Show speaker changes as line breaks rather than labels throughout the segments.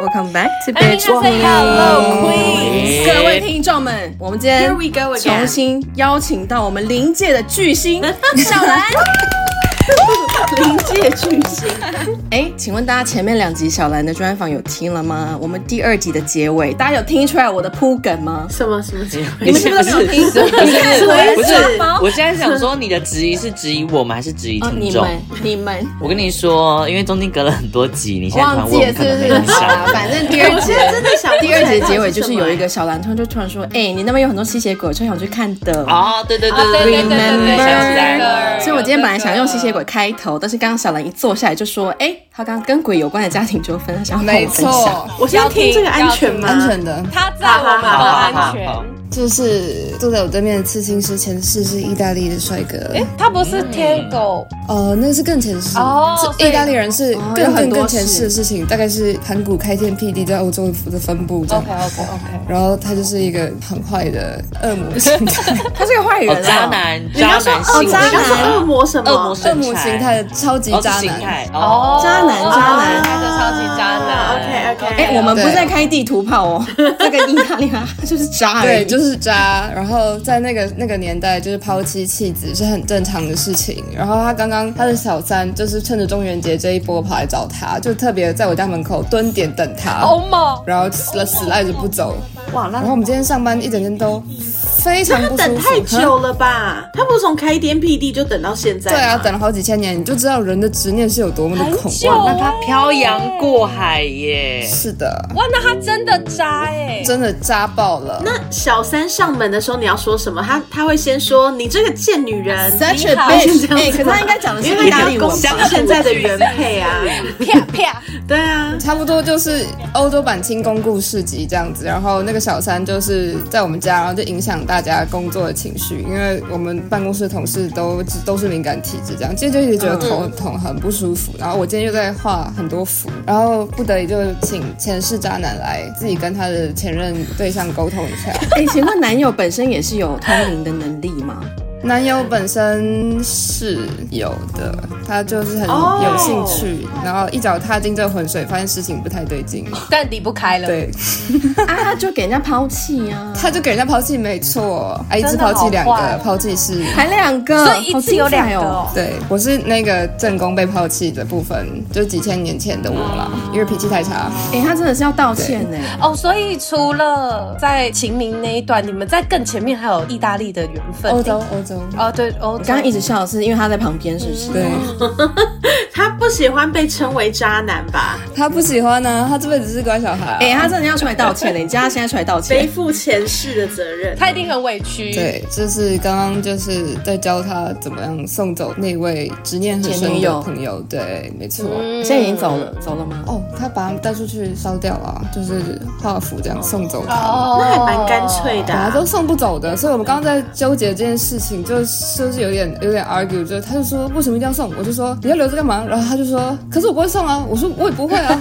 Welcome back to
I mean,
Bitch
I say hello, queens.
各位听众们，我们今天
Here we go again.
重新邀请到我们灵界的巨星小 兰。
临界巨星，
哎，请问大家前面两集小兰的专访有听了吗？我们第二集的结尾，大家有听出来我的铺梗吗？
什么什么什么？
你们是不是都没有听？
不
你
是
看我
不
也
是
是吗，
我现在想说，你的质疑是质疑我们，还是质疑
哦，
听
你
众？
们你们
我跟你说，因为中间隔了很多集，你现在
忘
突然
记
问
了
我，
是
可能
不是？
没印
好啦
象。
反正第二集
真的想不
第二节
出来
结尾就是有一
到
个小兰突然就突然说，哎、你那边有很多吸血鬼，我超想去看的。
哦，对对对
对
对
对对对对
想起来
对
了。
所以，我今天本来想用吸血鬼开头，但是刚刚小兰一坐下来就说：“哎、她刚刚跟鬼有关的家庭纠纷，她想要跟
没
我分享。
错，
什么，我现在听这个安全吗？
安全的。
他在我们的
好好好
安
好
全
好。
就是坐在我对面的刺青师，前世是意大利的帅哥，
哎，他不是天狗，
呃，那是更前世
哦
这
所以
意大利人是
哦有
更
很
更
多
更前世的事情，大概是盘古开天辟地在欧洲的分布这样。
OK OK，
然后他就是一个很坏的恶魔形态，
她是个坏人、
哦
啊，
渣。男，渣男性，
渣男
恶魔什么？
恶魔
恶
身
魔形态的超级
哦是
渣
形
男。
态哦。
渣男渣男
他的超级渣男。
OK，OK
OK OK，
哎、我们不是
对
在开地图炮哦，这个意大利啊，就是渣而已
对，就是渣。然后在那个那个年代，就是抛妻弃子是很正常的事情。然后他刚刚他的小三就是趁着中元节这一波跑来找他，就特别在我家门口蹲点等他。
欧某，
然后死了死赖着不走。
哇，那
然后我们今天上班一整天都非常不舒服，
等太
哈。
久了吧？他不是从开天辟地就等到现在
对
吗？
啊，等了好几千年，你就知道人的执念是有多么的恐
久
怖。
那他漂洋过海耶，
是的，
哇，那他真的渣哎！
真的渣爆了。
那小三上门的时候你要说什么？他他会先说你这个贱女人，
，such a
他会 先这
bitch。
样
哎、
子
可是
吗
她应该讲的是
因
意
为
大
他
利
要
文
攻
吧
击？现在的原配啊，
啪啪，
对啊，
差不多就是欧洲版清宫故事集这样子，然后那个小三就是在我们家，然后就影响大家工作的情绪，因为我们办公室同事都都是敏感体质，这样今天就一直觉得头很痛，很不舒服。然后我今天又在画很多符，然后不得已就请前世渣男来自己跟他的前任对象沟通一下。
哎、请问男友本身也是有通灵的能力吗？
男友本身是有的，他就是很
哦
有兴趣，然后一脚踏进这浑水，发现事情不太对劲，
但离不开了。
对。
啊，他就给人家抛弃啊，
他就给人家抛弃，没错，啊，一
嗯真
次
的好
抛弃两
坏
个
哦，
抛弃是。
还两个，
所以一次有两
好
个
精彩哦。
哦。
对，我是那个正宫被抛弃的部分，就是几千年前的我啦，因为脾气太差。
哎、他真的是要道歉呢、
哦，所以除了在秦明那一段，你们在更前面还有意大利的缘分。
欧洲，欧洲，
哦，对，欧洲。
我刚刚一直笑的是因为他在旁边，是不是？
对
他不喜欢被称为渣男吧？
他不喜欢呢、他这辈子是乖小孩啊、
哎、他真的要出来道歉了，你叫他现在出来道
背
歉。
负前世的责任。
他一定很委屈。，
对，就是刚刚就是在教他怎么样送走那位执念很
前女
深
友
的朋友。对，没错。
嗯
现在已经走了，走了吗？
哦，他把他带出去烧掉了，就是画符这样送走他。
哦，
那还蛮干脆的、
本来
啊，
都送不走的，所以我们刚刚在纠结这件事情，就就是有点有点 argue，就他就说为什么一定要送，我就说你要留着干嘛？然后他就说可是我不会送啊，我说我也不会啊，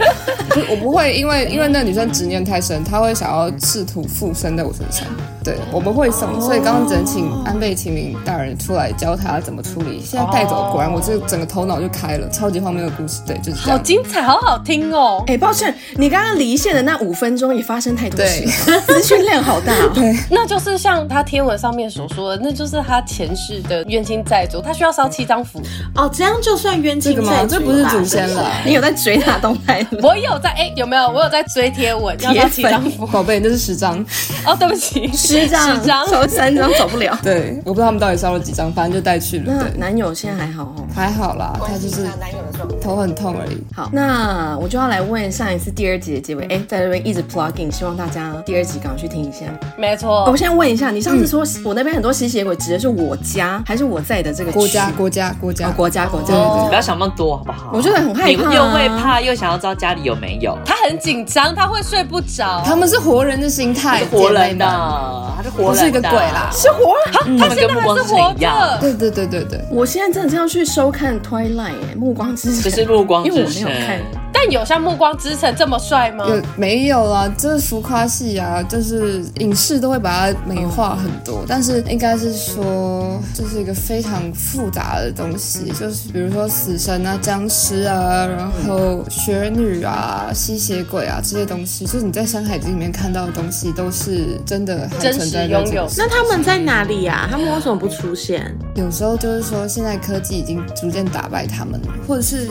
就我不会，因为因为那个女生执念太深，她会想要试图附身在我身上。对，我们会送，所以刚刚只能请
哦
安倍晴明大人出来教他怎么处理。现在带
哦
走，果然我这整个头脑就开了，超级荒谬的故事，对，就是这
好
样。
精彩，好好听哦。
哎、抱歉，你刚刚离线的那五分钟也发生太多事
对，
资讯量好大、哦。
那就是像他贴文上面所说的，那就是他前世的冤亲债主，他需要烧七张符。
哦，这样就算冤
这
亲
个
债
吗
主？
这不是
吧
祖先
是不
了
是。
你有在追他动态吗？
我有在哎、有没有？我有在追贴文，要烧七张符。
宝贝，那是十张。
哦，对不起，
十张，
十张。
抽三张走不了。
对，我不知道他们到底烧了几张，反正就带去了。
那
对。
男友现在还好哦。
还好啦，他就是头很痛而已。
好，那我就要来问上一次第二集的结尾，哎、在这边一直 plug in，希望大家第二集赶快去听一下。
没
哦
错
我，先问一下，你上次说、我那边很多吸血鬼，指的是我家还是我在的这个
国家，
区
国家，国家，
哦国家国家？
你不要想那么多好不好？
我觉得很害怕啊
你又会怕，又想要知道家里有没有。
他很紧张，他会睡不着。
他们是活人的心态，
活人啊的
姐妹们，
他是活人的，
不是一个鬼啦。。
是活人。
他们跟目光
是
之
活
城一样，
着。
对对对对对，
我现在真的是要去收看 Twilight，哎、暮光之城。
就是《暮光
因为
之
我没有
城》
看
但有像《暮光之城》这么帅吗？
有没有啦？这浮夸戏啊，就是影视都会把它美化很多，
嗯
但是应该是说这是一个非常复杂的东西，就是比如说死神啊、僵尸啊，然后雪女啊、吸血鬼啊这些东西，就是你在《山海经》里面看到的东西，都是真的还
真
存
实
在在
拥
这
有
个世
那他们在哪里呀、他们为什么不出现？
有时候就是说，现在科技已经逐渐打败他们了，或者是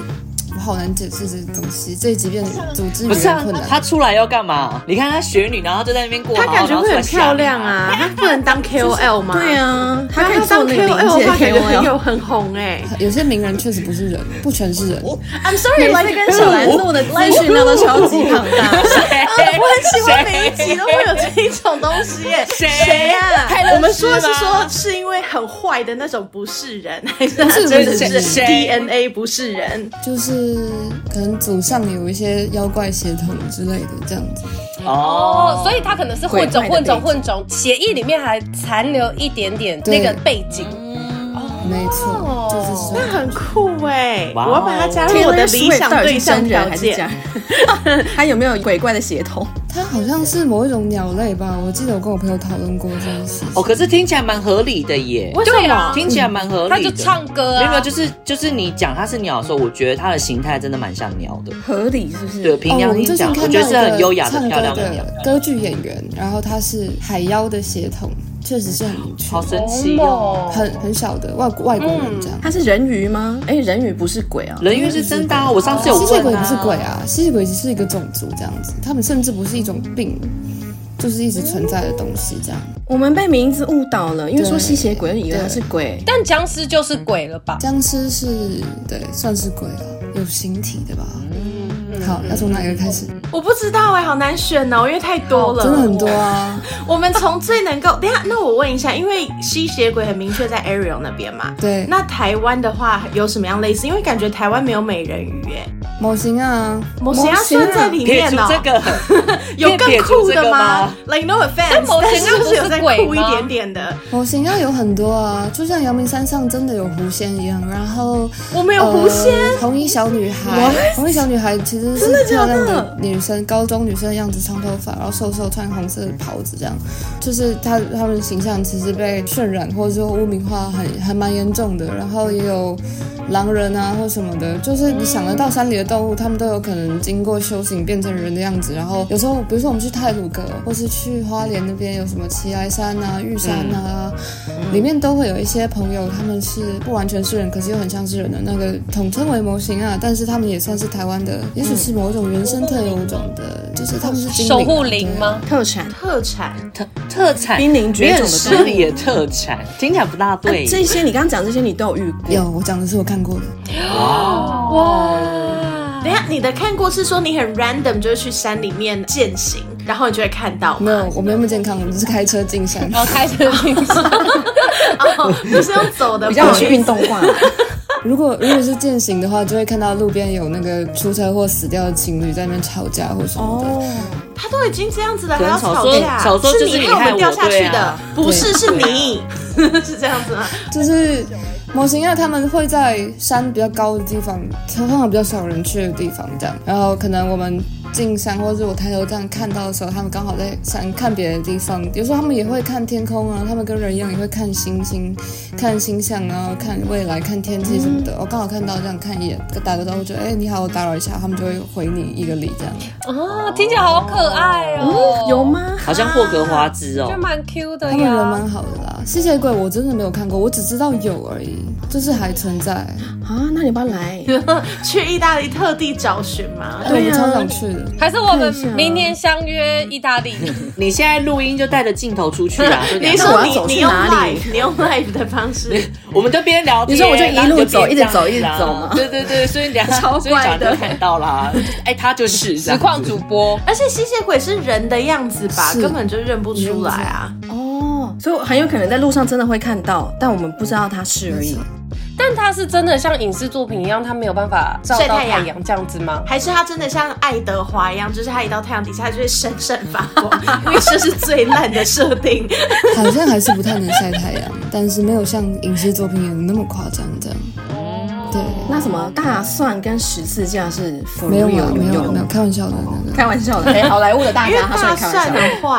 我好难解释这东西。这一集变得组织语
不是
言
啊
困难，，
她出来要干嘛？你看她雪女，然后就在那边过，
她感觉
然后
会
然后
很
出来吓
漂
你
亮。啊，她不能当 KOL 吗？
对，啊，他
她
可以做
当
那个临
KOL
界
的话，
KOL。
感觉很有很红哎、
有些名人确实不是人，不全是人。
I'm sorry，来跟 小兰弄的资讯量都超级庞 大。
谁？
呃我很喜欢每一集都会有这一种东西耶、
谁
谁呀、
泰勒斯吗
我们说是说是因为很坏的那种不是人，还是他
不是
真的
不是
是
谁
DNA 不是人？
就是可能祖上有一些妖怪血统之类的这样子。
哦
哦，，
所以他可能是混种、
鬼怪的背景
混种、混种，血液里面还残留一点点
对
那个背景。
没错，就是这
哦那
样。
很酷哎、
哇哦
我要把它加入我的理想对象条
还是
件
假。人？ 他有没有鬼怪的血统？
它好像是某一种鸟类吧？我记得我跟我朋友讨论过这件事。
哦，可是听起来蛮合理的耶。
为什
对啊
么？
听起来蛮合理的。
他就唱歌
没有，
啊，
没有就是就是你讲它是鸟的时候，我觉得它的形态真的蛮像鸟的。
合理是不是？
对，凭
哦，
良
我们
心
最近
讲，我
看
觉得
到一
是很优
个
雅的、
唱
漂
歌
亮的鸟，
的歌剧演员，然后他是海妖的血统，确实是很明确
好，神奇哦。
哦
很很小的外外国人
嗯
这样。
他是人鱼吗？哎，人鱼不是鬼啊。
人鱼是真的啊，我上次有
吸血鬼
问
不是
啊。
鬼啊，吸血鬼只是一个种族这样子，他们甚至不是一种病，就是一直存在的东西这样。
我们被名字误导了，因为说
对
吸血鬼，就以为他是鬼。
但僵尸就是鬼了吧？
僵尸是对，算是鬼了，有形体的吧。
嗯
好，要从哪个开始？
我不知道哎、好难选哦，因为太多了，
真的很多啊，
我们从最能够，等一下，那我问一下，因为吸血鬼很明确在 Ariel 那边嘛，
对
那台湾的话有什么样类似？因为感觉台湾没有美人鱼耶，
模型啊，
某谁要算在里
撇
面
除
哦、
这个，
有更酷
撇除这
的
个吗？
？Like no offense，
但某
但
些
是
人
不
不
是
是
有再
鬼
酷
吗
一点点的？
模型啊有很多啊，就像阳明山上真的有狐仙一样，然后
我们有狐仙
呃红衣小女孩，红衣小女孩其实是漂亮的女生，高中女生的样子，长头发，然后瘦瘦，穿红色的袍子，这样，就是她她们形象其实被渲染或者说污名化很还蛮严重的，然后也有狼人啊或什么的，就是你想得到山里的动物，它们都有可能经过修行变成人的样子，然后有时候比如说我们去泰鲁阁或是去花莲那边有什么奇来山啊、玉山啊。里面都会有一些朋友，他们是不完全是人，可是又很像是人的那个，统称为模型啊。但是他们也算是台湾的，也许是某种原生特有种的，就是他们是精灵啊
守护灵？吗？
特产
特产，
特特产，
濒临绝
你
种
很
的
失礼的特产，听起来不大
啊
对。
这些你刚刚讲这些你都有遇
对
过，
有，我讲的是我看过的。
啊
等一下你的看过是说你很 random 就是去山里面践行，然后你就会看到
没
吗？
有，我没那么健康，我只是开车进 山。
然后开始听 说
哦，不是用 走的，
比较
不
有
好意
去
思
运动 化。
如果如果是践行的话，就会看到路边有那个出车祸死掉的情侣在那边吵架或什么的。
哦
他都已经这样子了，还
可能
要
小
吵
说
架？
小说就是是
你
你
害我
害
们
我
掉下去
对
的，
啊
不是是你， 是这样子吗？
就是模型啊，他们会在山比较高的地方，通常比较少人去的地方这样。然后可能我们进山，或者我抬头这样看到的时候，他们刚好在山看别的地方。有时候他们也会看天空啊，他们跟人一样也会看星星、看星象啊、看未来、看天气什么的。我、刚好看到这样看一眼，打个招呼就哎你好，我打扰一下，他们就会回你一个礼这样。
啊，听起来好可爱哦，
有？吗？
好像霍格华兹哦
就，蛮 Q 的
他们人
呀。
蛮好的啦，吸血鬼我真的没有看过，我只知道有而已，就是还存在。
啊，那你不要来？
去意大利特地找寻吗？
对
我
啊
超想去的。
还是我们
看一下
明年相约意大 利？
你现在录音就带着镜头出去啊！就两
你
个
那我
说
要
你
走去
你用
哪里
live，你用 live 的 方式，
我们就边聊天，
你说我就一路走
然后你就边
一直走
这样
一
子啊
直走吗
对对对，所以两
超
所以
怪的
讲就看 到啦。哎，他就是实
实况主播，
而且吸血鬼是人的样子吧，
是
根本就认不出来啊。
哦，所以很有可能在路上真的会看到，但我们不知道他是而已。
但他是真的像影视作品一样，他没有办法照
晒
到
太
太
阳
阳这样 子吗？
还是他真的像爱德华一样，就是他一到太阳底下就会闪闪发 光，因为这是最烂的设定。
好像还是不太能晒太阳，但是没有像影视作品演的那么夸张这样。对，
那什么大蒜跟十字架是 for
没有
real
没有没
用
有没有，
的，
开玩笑的，那个
开玩笑的。 哎，好莱坞的大
因为
咖，他说
大
开玩
蒜
笑的。
很坏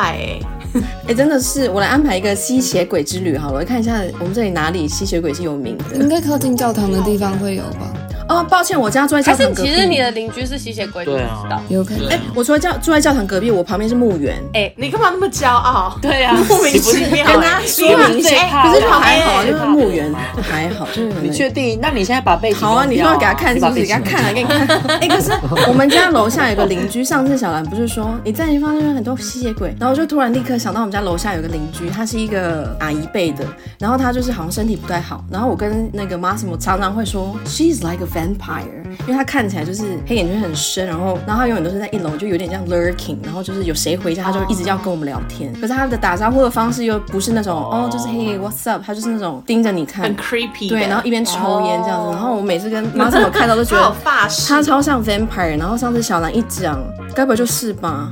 哎、
哎，真的是，我来安排一个吸血鬼之旅好了，我看一下我们这里哪里吸血鬼是有名的。
应该靠近教堂的地方会有吧？
哦，抱歉，我家住在
还
教
是
堂隔
其
壁。
实你的邻居是吸血鬼，你不
对
知
啊
道？
有可能。
对
哎，我除了教住在教堂隔壁，我旁边是墓园。
你干嘛那么骄傲？
对啊，
莫名其妙、欸
跟大家说明一下，
哎
可是就还好，
哎
就是墓园就还好，就是可能
你确定？那你现在把背景
好啊，
弄
你
掉
要给他看，
你
是
把
不是？
背
给
景
他看啊，
弄
给
掉
你看。 哎、可是我们家楼下有个邻居，上次小兰不是说你在地方就是很多吸血鬼，然后我就突然立刻想到我们家楼下有个邻居，她是一个阿姨辈的，然后她就是好像身体不太好，然后我跟那个 Massimo 常常会说 she's like a vampire，因为她看起来就是黑眼圈很深，然后然后她永远都是在一楼，就有点像 lurking，然后就是有谁回家她就一直要跟我们聊天，可是她的打招呼的方式又不是那种哦就是 hey what's up，她就是那种盯着你看，
很 creepy 的。
对，然后一哦边抽烟这样子，然后我每次跟妈怎么看到都觉
他好
得
发式，
他超像 vampire，然后上次小兰一讲，该不会就是吧？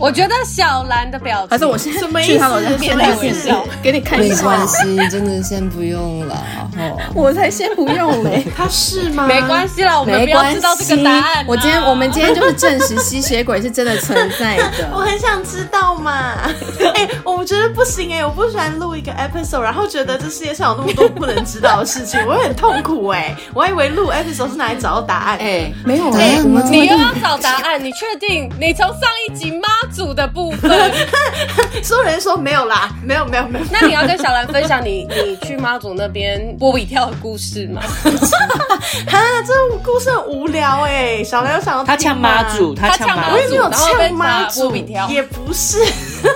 我觉得小兰的表情，
还是我现在
什么意思
去他楼下
什
现
么
在
意
给
思
你给你看一
没
下
关，系，真的先不用了。 然后
我才先不用嘞。
他是吗？
没关
系，
系啦，我们
没
不要
关
知
系
道这个答案啊。
我今天我们今天就是证实吸血鬼是真的存在
我
的。
很想知道嘛。 哎、我觉得不行哎、我不喜欢录一个 episode，然后觉得这世界上有那么多不能知道的事情，我会很痛苦哎、我还以为录 episode 是拿来找到答案。
哎， 没有
答
哎，
案
我
吗
们
你
今
又
天
要找答案，你确定？你从上一集妈祖的部分，
所有人说没有啦，没有没有 没有，
那你要跟小兰分享你你去妈祖那边波比跳的故事吗？
哈，这故事很无聊哎、小兰有想要
他呛妈
听吗
祖，他呛妈
他
我
呛
也
妈祖
没
祖，
有
然后被
呛妈
打
祖
波比跳，
也不是。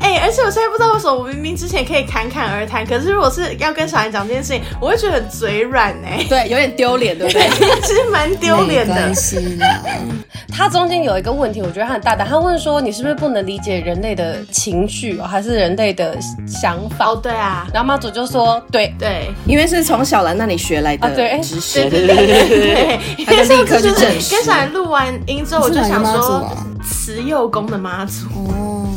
哎、而且我现在不知道为什么，我明明之前可以侃侃而谈，可是如果是要跟小兰讲这件事情，我会觉得很嘴软哎、
对有点丢脸，对不对？
其实蛮丢
没
脸的
关。系啦，
他中间有一个问题，我觉得他很大胆。他问说：“你是不是不能理解人类的情绪，哦还是人类的想法
哦，？”对啊，
然后妈祖就说：“对。
对
因为是从小兰那里学来
啊
的
对
知识
对。对对对， 因为上次
他就
就是
立刻去证实
跟小兰录完音 之后，我
你
就是
哪
想
个妈祖
说
啊，
慈幼宫的妈祖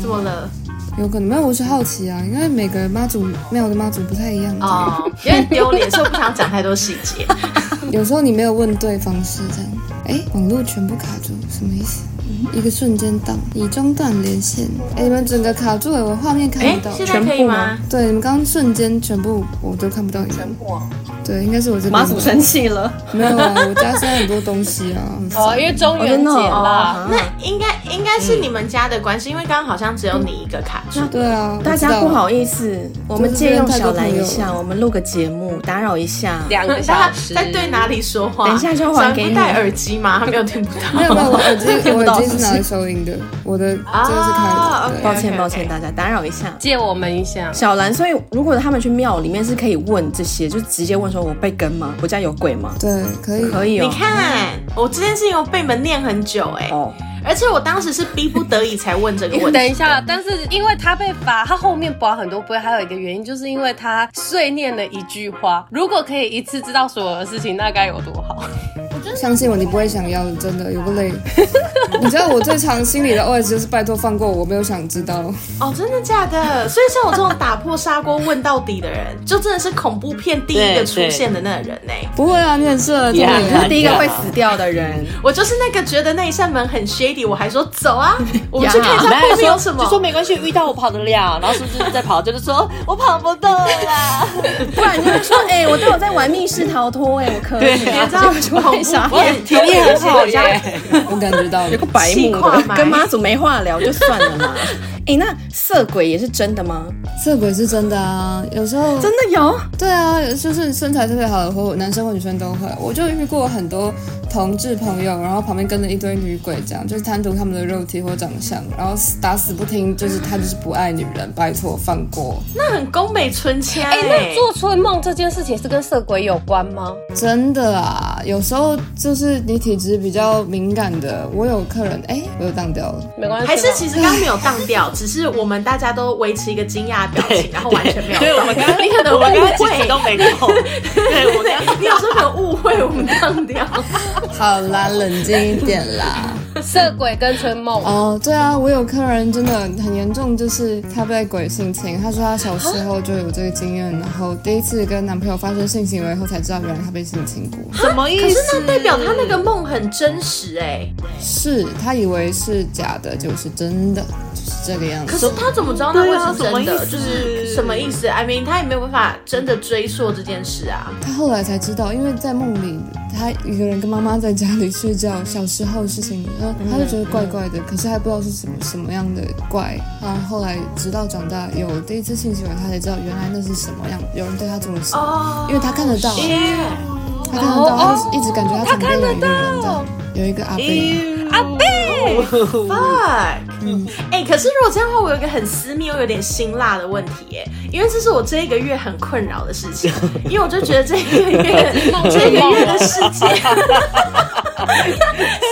怎
哦，
么了？
有可能没有，我是好奇啊，因为每个妈祖庙的妈祖不太一样啊。
哦， 有点丢脸，所以我不想讲太多细节。
有时候你没有问对方式，这样，哎，网络全部卡住，什么意思？一个瞬间档，已中断连线。哎，你们整个卡住了，我画面看
哎
不，到。
现在可以吗？
对，你们刚刚瞬间全部我都看不到你们。对，应该是我这边
妈祖生气 了，
没有啊，我家现在很多东西啊。很”烦
哦，因为中元节啦，
哦
那应该应该是你们家的关系，因为刚刚好像只有你一个卡住。
对啊，
大
我知
家
道
不，好意思，我们借用小兰一下，我们录个节目，打扰一下。
两 个小
他
时。
在对哪里说话？
等一下就还给你
小兰不戴耳机吗？他没有听不
没有没有，
到。
我耳机
听不
我
到
耳机是拿
是
来收音的，我的这个是
啊
开的。
OK
对
抱歉，抱歉，
OK，OK
大家打扰一下。
借我们一下，
小兰，所以如果他们去庙里面是可以问这些，就直接问说：“我被跟吗？我家有鬼吗
对，可？”以。
可以
你
哦。
看，我这件事情我被你们念很久哎、
哦，
而且我当时是逼不得已才问这个问
等
题。
一下，但是因为他被罚，他后面补很多不会，还有一个原因，就是因为他碎念了一句话。如果可以一次知道所有的事情，那该有多好！
相信我，你不会想要的，真的有个累。 你知道我最常心里的 OS 就是拜托放过我，我没有想知道。
哦，真的假 的？所以像我这种打破砂锅问到底的人， 就真的是恐怖片第一个出现的那个人哎、
不会啊，你很适合这
你
里
是
啊。
第一个会死掉的人，
我就是那个觉得那一扇门很 shady，我还说走啊， 我们去看一
本
下
来
后
还
面
说
有什么。
就说没关系，遇到我跑得了，然后是不是在跑？就是 说我跑不动了啦，
不然你就会说：“哎，我都有在玩密室逃脱，哎，我可以。”
对
你知道
就会哎傻
我
眼，
体力很好耶。
我感觉 到了
有个白目
气跨
的，
买
跟妈祖没话聊就算了 嘛。哎，那色鬼也是真的吗？
色鬼是真的啊，有时候
真的有？
对啊，就是身材特别好的或男生或女生都会，我就遇过很多同志朋友，然后旁边跟着一堆女鬼，这样就是贪图他们的肉体或长相，然后死打死不听，就是他就是不爱女人，拜托放过，
那很宫北春腔
哎、
哎、
那做春梦这件事情是跟色鬼有关吗？
真的啊，有时候就是你体质比较敏感的，我有客人哎，我又当掉了，
没关系啦，
还是其实刚刚没有当掉， 只是我们大家都维持一个惊讶的表情，然后完全没有
对，我
动。
们刚刚
你可能
我们刚刚
误
其实
会，
都没 空。对， 我刚刚
你有时候可能误会我们当掉。
好啦，冷静一点啦，
色鬼跟春梦。
哦，对啊，我有客人真的很严重，就是他被鬼性侵。他说他小时候就有这个经验，然后第一次跟男朋友发生性行为后才知道，原来他被性侵过。
什么 意
可
思？
是那代表他那个梦很真实哎、
是他以为是假的，就是真的，就是这个样
可
子。
是他怎么知道那会是真
对
的？
啊什么意思
就是什么意思？I mean，他也没有办法真的追溯这件事啊。
他后来才知道，因为在梦里他一个人跟妈妈在家里睡觉，小时候的事情，然后他就觉得怪怪的，可是还不知道是什么什么样的怪。然后后来直到长大有第一次性行为，他才知道原来那是什么样，有人对他做了什么，
哦
因为他看得到。
耶
他看得到，他就是一直感觉他旁边有一个人在，有一个阿贝。
阿嗯
，fuck！哎、可是如果这样的话，我有一个很私密又有点辛辣的问题耶、因为这是我这一个月很困扰的事 情，因为我就觉得这一个月这个月的世界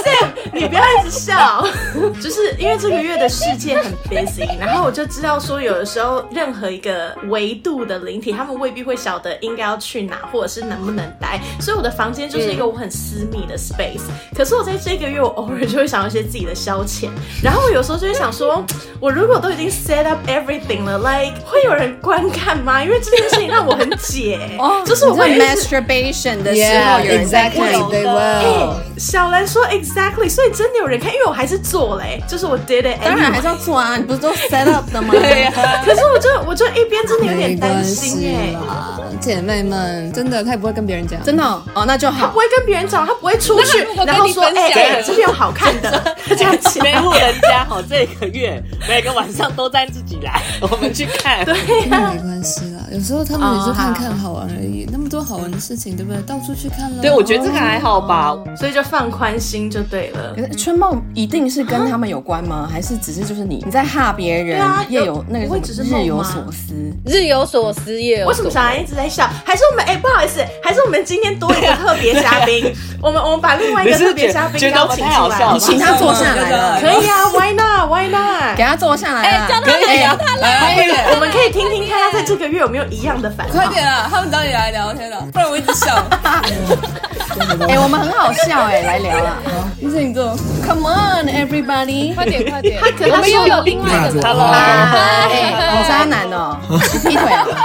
，Sam，你不 要一直笑， 就是因为这个月的世界很 busy，然后我就知道说，有的时候任何一个维度的灵体，他们未必会晓得应该要去哪，或者是能不能待，所以我的房间就是一个我很私密的 space。可是我在这个月，我偶尔就会想要一些自己的消遣，然后我有时候就会想说， 我如果都已经 set up everything 了，like 会有人观看吗？因为这件事情让我很 解，就是我
在
会一直
masturbation 的时候有人在看
exactly,
看
they
哎
will。
小兰说 exactly，所以真的有人看，因为我还是做嘞、就是我 did it，
当然
anyway
还是要做啊，你不是都 set up 的吗？
对
啊
呀，
可是我就我就一边真的有
没
点担
关
心哎、
系啦，姐妹们，真的，他也不会跟别人讲。
真的哦，哦那就
他
好
不。会跟别人讲，他不会出去
那他如，果跟
然后说
你：“分
哎、
享
哎这边有好看的， 这 样子。
没误人家好，这个月每个晚上都在自己来，我们去看。
真的没关系啦，有时候他们也是看看好玩而已，那么多好玩的事情，对不对？到处去看了。哦
对，我觉得这个还好吧。”
所以就放宽心就对了
可。是春梦一定是跟他们有关吗？还是只是就是你你在吓别人
对啊，
夜
有
有那个
不会
什
只是
么
梦
日有
吗
所思？
日有所思，夜有
为什
所
么小兰一直在笑？还是我们哎、不好意思，还是我们今天多一个特别嘉宾，我们我们把另外一
你
个
是
特别
觉
嘉宾
觉得
邀
我
请
太
出
好笑
来
了？。
请他坐下来了
可以啊，Why not？Why
给
not？
他坐下来啊！
叫他来
哎
叫他来，
快点，
我们可以听听看他在这个月有没有一样的烦恼
快。点啊！他们找你来聊天了，不然我一直笑。
哎，我们很好笑哎，来聊啦。
你自己做，
Come on everybody！
快点快点，
可
我
他
们又
说
有
有
另外一个
Hello
哎，好渣男哦，劈腿哦。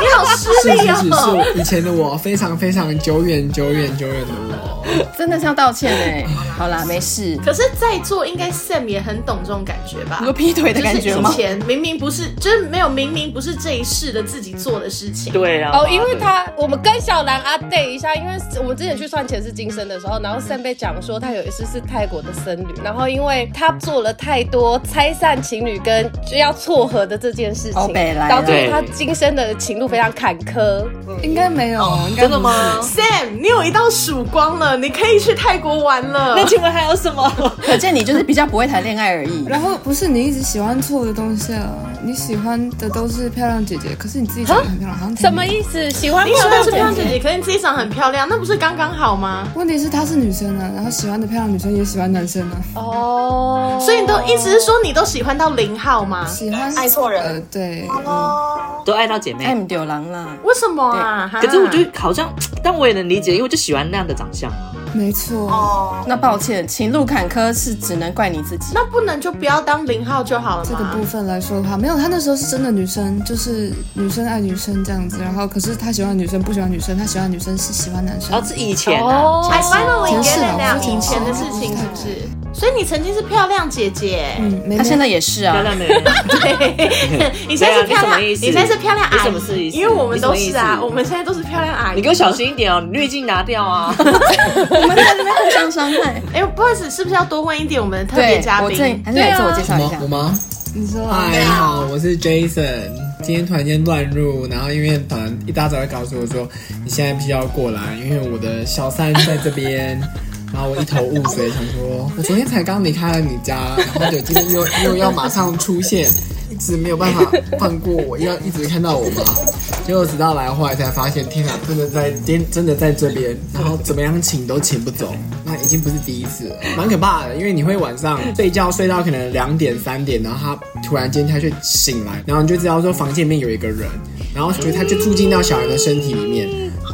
你好失
是
礼
是是，是
哦。
我以前的我，非常非常久远久远久远的我。
真的是要道歉哎、好啦，没事。
可是，在座应该 Sam 也很懂这种感觉吧？
有劈腿的感觉
就是
吗
以？前明明不是，就是没有明明不是这一世的自己做的事情。
对啊，
哦，因为他我们跟小兰 update 一下，因为我们之前去算前世今生的时候，然后 Sam 被讲说他有一次是泰国的僧侣，然后因为他做了太多拆散情侣跟就要撮合的这件事
哦
情，
北来了
导致他今生的情路非常坎坷。
应该没有，应该
真的吗？
Sam，你有一道曙光了，你可以去泰国玩了
那。请问还有什么？
可见你就是比较不会谈恋爱而已。
然后不是你一直喜欢错的东西啊，你喜欢的都是漂亮姐姐，可是你自己长得很漂亮，好像
什么意思？喜欢
你喜
漂
欢
亮
是漂亮
姐
姐
姐？
姐，可是你自己长得很漂亮，那不是刚刚好吗？
问题是她是女生啊，然后喜欢的漂亮女生也喜欢男生啊，
哦，
所以你都意思是说你都喜欢到零号吗？
喜欢
爱错人
呃，对，
都爱到姐妹
爱。姆丢狼啦，
为什么啊？哈
可是我觉得好像，但我也能理解，因为我就喜欢那样的长相。啊
没错。
哦，
那抱歉，情路坎坷是只能怪你自己。
那不能就不要当零号就好了
这个部
吗？
分来说的话，没有，她那时候是真的女生，就是女生爱女生这样子。然后，可是她喜欢的女生不喜欢女生，她喜欢的女生是喜欢男生
然哦后。是以前啊，
哦
I 哎 finally
前
get
世
it
啊
now，
我说
以前的事情是不
哦
是？所以你曾经是漂亮姐姐，
嗯，没
他现
没
在也是
漂
啊，
亮的人。
对，你现在是漂
对啊你什么
亮，
意思
你现在是漂亮
你
阿
什么是
姨，
意思
因为我们都是
你什么
啊
意，思
我们现在都是漂亮阿 姨
你。给我小心一点哦，你滤镜拿掉啊。
我们在这边互相伤害。
哎、不好意思，是不是要多问一点我们的特别
对
嘉，
我这
宾？
还是来自我介
我
绍一下
吗？我。吗？
你说啊
嗨，好，我是 Jason。今天突然间乱入，然后因为突然一大早就告诉我说，你现在必须要过来，因为我的小三在这 边。然后我一头雾水，想说，我昨天才刚离开了你家，然后就今天又又要马上出现，一直没有办法放过我，要一直看到我妈。结果直到来后来才发现，天哪，真的在真真的在这边，然后怎么样请都请不走，那已经不是第一次了，蛮可怕的。因为你会晚上睡觉睡到可能两点三点，然后他突然间他就醒来，然后你就知道说房间里面有一个人，然后觉得他就住进到小人的身体里面，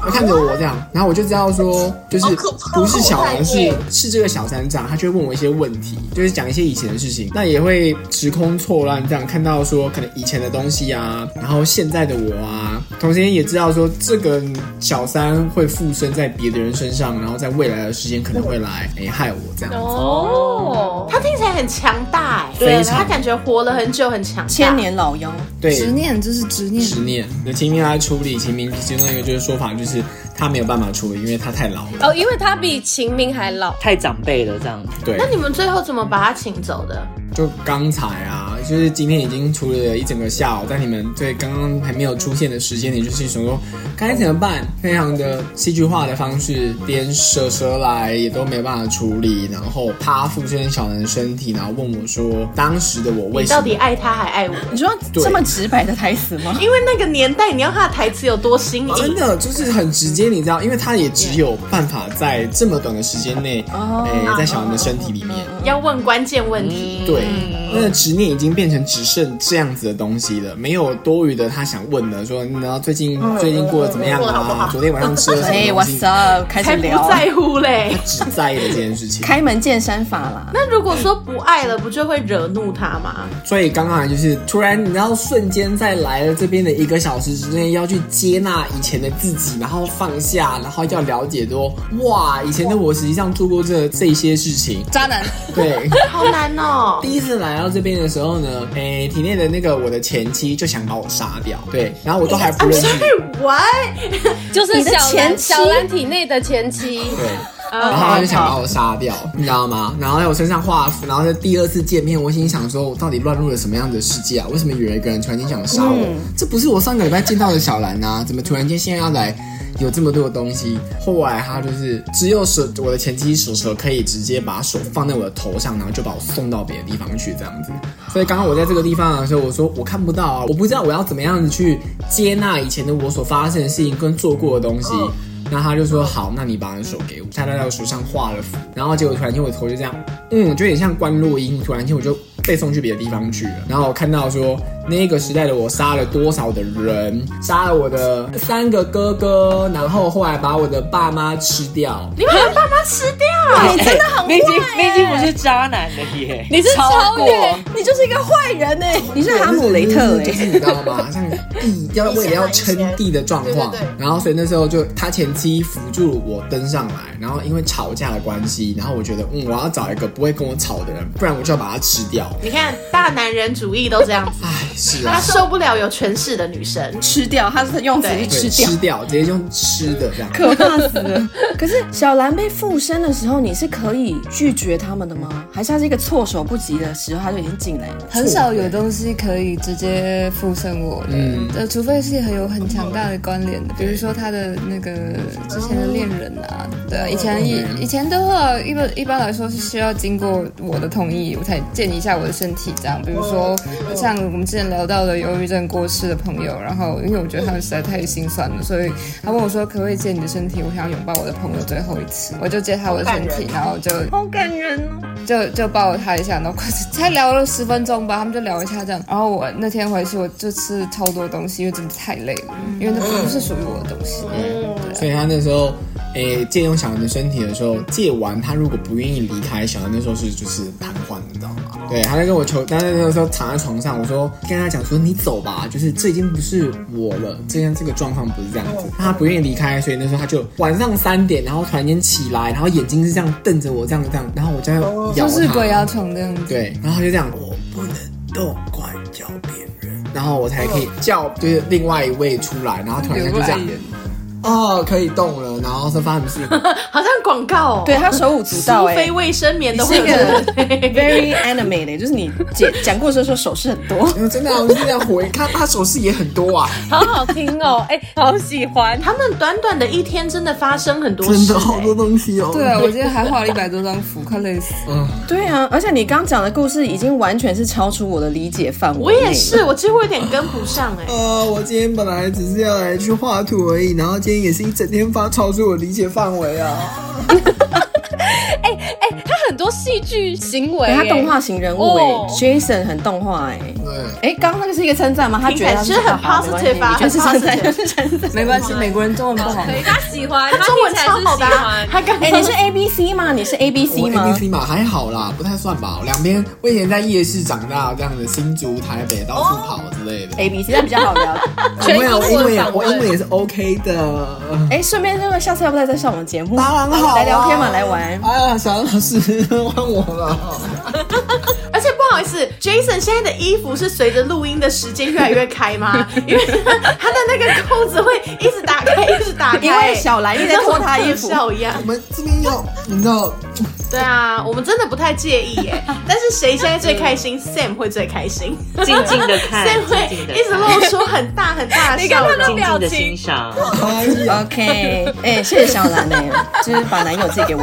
他看着我这样，然后我就知道说，就是
哦
好可怕
不是小兰，
好害
是是这个小三长，他就会问我一些问题，就是讲一些以前的事情，那也会时空错乱，这样看到说可能以前的东西啊，然后现在的我啊，同时间也知道说这个小三会附身在别的人身上，然后在未来的时间可能会来哎、害我这样子，
哦，
他听起来很强大哎、
非常
他感觉活了很久，很强大。
千年老妖，
对，
执念就是执念，
执念。那秦明来处理秦明其中一个就是说法，就是他没有办法处理，因为他太老了。
哦，因为他比秦明还老，
太长辈了这样。
对
那，你们最后怎么把他请走的？
就刚才啊，就是今天已经处理了一整个下午，在你们对刚刚还没有出现的时间点，就是想说该怎么办，非常的戏剧化的方式，连蛇蛇来也都没办法处理，然后他附身小男的身体，然后问我说当时的我为
你
什
到
么
底？爱他还爱我？
你说
对
这么直白的台词吗？
因为那个年代，你要他的台词有多新
哦真
颖？
的就是很直接，你知道，因为他也只有办法在这么短的时间内，
哦
诶、在小男的身体里面，
要问关键问题。
对，
嗯
那个执念已经变成只剩这样子的东西了，没有多余的他想问的，说你知道最近最近过得怎么
嗯
样
过得好不
啊？
好
昨天晚上吃了什
哎
么东西
，What's？up？开始
才不
聊，
在乎嘞！
只在意了这件事情。
开门见山法啦。
那如果说不爱了，不就会惹怒他吗？
所以刚刚就是突然，你知道瞬间在来了这边的一个小时之内，要去接纳以前的自己，然后放下，然后要了解多哇，以前的我实际上做过这这些事情。
渣男，
对，
好难哦！
第一次来到这边的时候呢，诶、体内的那个我的前妻就想把我杀掉，对，然后我都还不
I'm
认识。
sorry, what？
就是
你的
小兰
前妻
小兰体内的前妻。
对，然后他就想把我杀掉，你知道吗？然后在我身上画符，然后在第二次见面，我心想说，我到底乱入了什么样的世界啊？为什么有一个人突然间想杀我？这不是我上个礼拜见到的小兰啊，怎么突然间现在要来？有这么多的东西，后来他就是只有手，我的前妻手手可以直接把手放在我的头上，然后就把我送到别的地方去，这样子。所以刚刚我在这个地方的时候，我说我看不到啊，我不知道我要怎么样子去接纳以前的我所发生的事情跟做过的东西。然后他就说好，那你把你的手给我。他就在我手上画了符，然后结果突然间我头就这样，嗯，就有点像关落音。突然间我就被送去别的地方去了。然后我看到说那个时代的我杀了多少的人，杀了我的三个哥哥，然后后来把我的爸妈吃掉。
你把他爸妈吃掉，
你真的很、你已经你已经不是渣男了耶，你
是
超过
你就是一个坏人呢、你是哈姆雷特
欸
哎、
嗯就是你知道吗？像地要为了要称帝的状况
对对，
然后所以那时候就他前妻扶住我登上来，然后因为吵架的关系，然后我觉得嗯，我要找一个不会跟我吵的人，不然我就要把他吃掉。
你看大男人主义都这样 子，
唉，是
他
啊，
受不了有权势的女生。
吃掉，他是用词去
对
对，
吃掉。
吃掉，直接用吃的这样。
可怕死了！可是小兰被附身的时候，你是可以拒绝他们的吗？还是他是一个措手不及的时候，他就已经进来了？
很少有东西可以直接附身我的，
嗯
呃，除非是很有很强大的关联的，比如说他的那个之前的恋人啊，对啊，以
嗯
前以以前的话，一般一般来说是需要经过我的同意，我才见一下我的身体这样，比如说像我们之前聊到的忧郁症过世的朋友，然后因为我觉得他们实在太心酸了，所以他问我说可不可以借你的身体，我想拥抱我的朋友最后一次，我就借他我的身体，然后就
哦
就就抱他一下，然后快才聊了十分钟吧，他们就聊一下这样。然后我那天回去，我就吃超多东西，因为真的太累了，
嗯
因为那不是属于我的东西。
所以他那时候，诶、借用小兰的身体的时候，借完他如果不愿意离开，小兰那时候是就是瘫痪，你知道吗？对，他在跟我求，他在那个时候躺在床上，我说跟他讲说你走吧，就是这已经不是我了，这样这个状况不是这样子。他不愿意离开，所以那时候他就晚上三点，然后突然间起来，然后眼睛是这样瞪着我，这样这样，然后我就在咬
就
他。
是鬼啊压床的样子，
对，然后他就这样，我不能动，快叫别人，然后我才可以叫，就是另外一位出来，然后突然间就这样，哦，可以动了，然后是发生什么事？
好像广告哦，
对，他手舞足蹈
苏
哎、
菲卫生棉都
是
会
一
有
个
这个
very animated，就是你姐讲故事的时候手势很多。
因为真的、啊，我就这样回，看他手势也很多啊，
好好听哦，哎、好喜欢。
他们短短的一天真的发生很多
真
事、
的好
欸，
多东西哦。
对啊，我今天还画了一百多张符，快累死。
嗯，
对啊，而且你刚讲的故事已经完全是超出我的理解范围内。
我也是，我几乎有点跟不上哎、
呃，我今天本来只是要来去画图而已，然后今天也是一整天发超出我理解范围啊。
哎、他很多戏剧行为、
等
欸，
哎他动画型人物哎、
哦
j a s o n 很动画哎、
对，
哎，刚刚那个是一个称赞吗？他觉得他
听起来是很
好好没关系
positive 啊
你觉得是称赞
很
就是称赞。
没关系，美 国人中文不好
可。以，他喜欢，他
中文
听起来
超
是
好
喜
的啊
欢，。
他刚
哎，你是 A B C 吗？你是 A B C
我哎
吗
A B？C 嘛还好啦，不太算吧。我两边我以前在夜市长大，这样的新竹、台北到
哦
处跑之类的。
A B C，那比较好聊。
全
没有，我英文
英
也
文访
我
问
英文也是 OK 的。
哎，顺便这个下次要不要再上我们节目？
当然好啊
来聊天嘛，来玩。
哎呀，小杨老师换我了。
而且不好意思，Jason 现在的衣服是随着录音的时间越来越开 吗？因为他的那个扣子会一直打开，一直打开。
因为小兰一直在脱 他衣服
像特效一样
我。们这边要，你知道，
对啊，我们真的不太介意 耶。但是谁现在最开心？Sam 会最开心。
静静的看
Sam 会，
静静地
一直露出很大很 大的
你看
笑
他
容。
的
静
表
静的
情
欣，赏。
哎呀，
OK，哎、谢谢小兰哎、就是把男友借给我。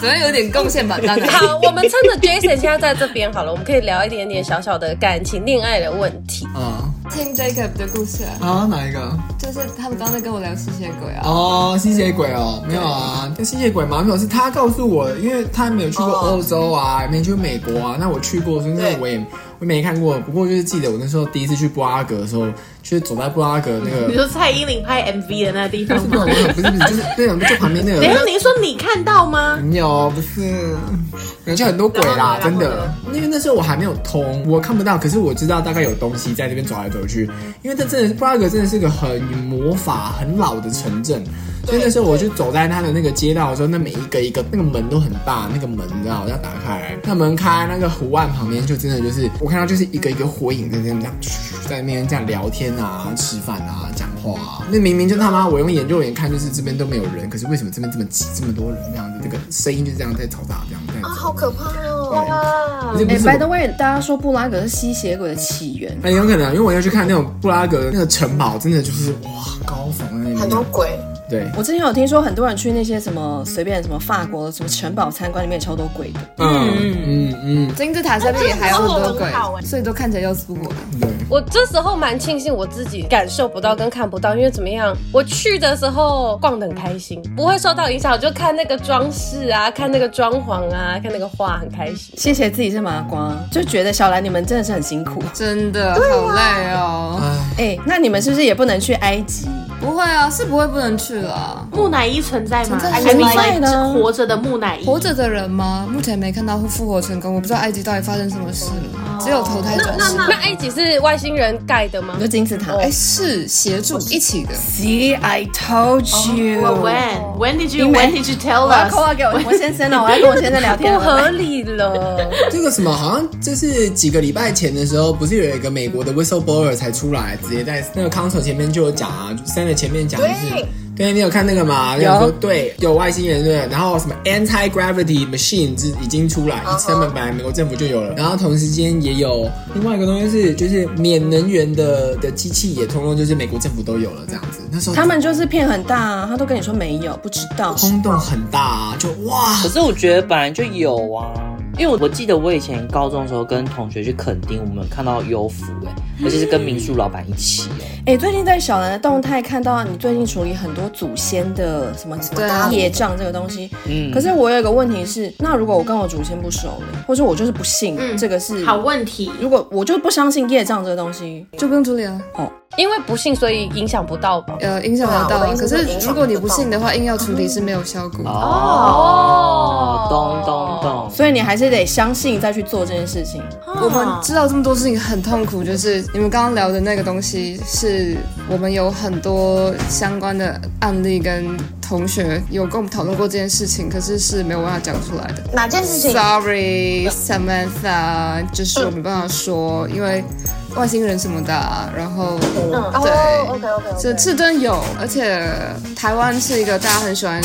总要有点贡献吧，大概。
好，我们趁着 Jason 现在在这边好了，我们可以聊一点点小小的感情、恋爱的问题。
嗯，
听 Jacob 的故事啊，
啊，哪一个？
就是他们刚才跟我聊吸血鬼啊，
哦，吸血鬼哦，没有啊，那吸血鬼嘛，没有，是他告诉我，因为他没有去过欧洲啊，没去过美国啊，那我去过，所以那我也我没看过，不过就是记得我那时候第一次去布拉格的时候，就是走在布拉格那
你
个，
说蔡依林拍 MV 的那个地方
不
吗？
是不是不是，就是对，我们就旁边 那
等一下，
个。
你说你看到吗？
没有，不是，感觉很多鬼啦，
然
真
后呢
的。因为那时候我还没有通，我看不到，可是我知道大概有东西在这边走来走去。因为这真的是布拉格，真的是个很魔法很老的城镇，所以那时候我就走在它的那个街道的时候，那每一个一个那个门都很大，那个门你知道要打开，那门开那个湖岸旁边就真的就是我看到就是一个一个火影在那边这样咻在那边这样聊天啊、吃饭啊、讲话啊。那明明就他妈我用研究眼看就是这边都没有人，可是为什么这边这么挤这么多人这样子？这个声音就这样在嘈杂这样在啊，好可怕哦！对
哎、
而且不是
b y the way，大家说布拉格是吸血鬼的起源，
很有可能，因为我要去看那种布拉格那个城堡，真的就是哇，高耸在那边，很多鬼。对，
我之前有听说很多人去那些什么随便什么法国的什么城堡参观，里面也超多鬼的。
嗯嗯
金字塔下面也还有很多鬼，所以都看起来要死不活的。
嗯，对，
我这时候蛮庆幸我自己感受不到跟看不到，因为怎么样，我去的时候逛得很开心，不会受到影响。我就看那个装饰啊，看那个装潢啊，看那个画，很开心。
谢谢自己是麻瓜，就觉得小兰你们真的是很辛苦。
真的好累哦，
哎，
哎、那你们是不是也不能去埃及？
不会啊，是不会不能去了。
木乃伊存在吗？
存在
还是
存在呢
活着的木乃伊？
活着的人吗？目前没看到复活成功，我不知道埃及到底发生什么事了，只有投胎转世。
哦那埃及是外星人盖的吗
你？说金字
哦
塔、
哎，是协助一起的，
See, I told
哦
you。
Well, when when did you
因为
when did you
我
tell
要
us？
call 给我我先生哦了，我要跟我先生聊天
不
了。
合理了，
这个什么，好像就是几个礼拜前的时候，不是有一个美国的 whistleblower 才出来，直接在那个 council 前面就有讲啊，就 Senate 前面讲就是。对，你有看那个吗？有说对，有外星人对，然后什么 anti gravity machine 是已经出来，成本本来美国政府就有了，然后同时间也有另外一个东西是，就是免能源的的机器也通通就是美国政府都有了这样子。那时候
他们就是骗很大、啊，他都跟你说没有，不知道。
轰动很大啊，就哇，
可是我觉得本来就有啊，因为我记得我以前高中的时候跟同学去垦丁，我们有看到优芙哎，
嗯
而且是跟民宿老板一起哎、
哎、最近在小兰的动态看到你最近处理很多祖先的什么什
对啊
么业障这个东西，
嗯
可是我有一个问题是，那如果我跟我祖先不熟了，或者我就是不信、
嗯
这个是
好，问题，
如果我就不相信业障这个东西，
就不用处理了。
因为不信所以影响不到吧？
呃，影响
哦
得到啊。可是如果你不信的
嗯
话，硬要处理是没有效果。
哦，懂懂懂，
所以你还是得相信再去做这件事情。
我们知道这么多事情很痛苦，就是你们刚刚聊的那个东西，是我们有很多相关的案例跟同学有跟我们讨论过这件事情，可是是没有办法讲出来的。
哪件事情？
Sorry Samantha，就是我没办法说，因为外星人什么的啊、然后
哦
对，
，OK OK
这
OK。
这真有，而且台湾是一个大家很喜欢，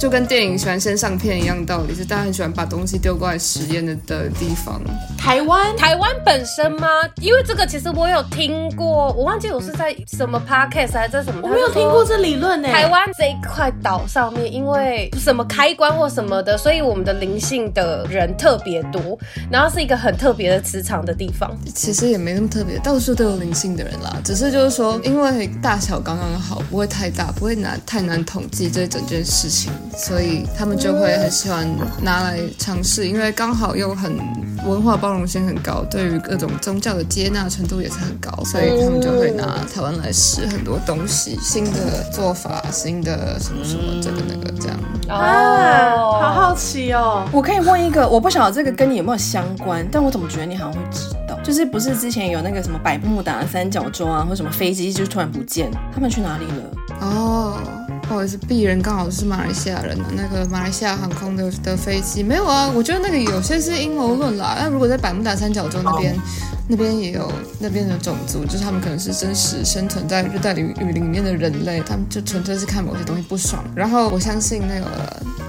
就跟电影喜欢先上片一样道理，就大家很喜欢把东西丢过来实验的的地方。
台湾
台湾本身吗？因为这个其实我有听过，我忘记我是在什么 podcast 还是在什么，
我没有
他就说
听过这理论呢。
台湾这一块岛岛上面，因为什么开关或什么的，所以我们的灵性的人特别多，然后是一个很特别的磁场的地方。
其实也没那么特别，到处都有灵性的人啦。只是就是说，因为大小刚刚好，不会太大，不会难太难统计这整件事情，所以他们就会很喜欢拿来尝试，因为刚好又很文化包容性很高，对于各种宗教的接纳程度也是很高，所以他们就会拿台湾来试很多东西，新的做法，新的什么什么这个那个这样。
啊，好好奇哦。
我可以问一个，我不晓得这个跟你有没有相关，但我怎么觉得你好像会知道？就是不是之前有那个什么百慕达三角洲啊，或什么飞机就突然不见，他们去哪里了？
哦，不好意思，鄙人刚好是马来西亚人啊，那个马来西亚航空的的飞机没有啊，我觉得那个有些是阴谋论啦。那如果在百慕达三角洲那边，那边也有那边的种族，就是他们可能是真实生存在热带雨雨林里面的人类，他们就纯粹是看某些东西不爽。然后我相信那个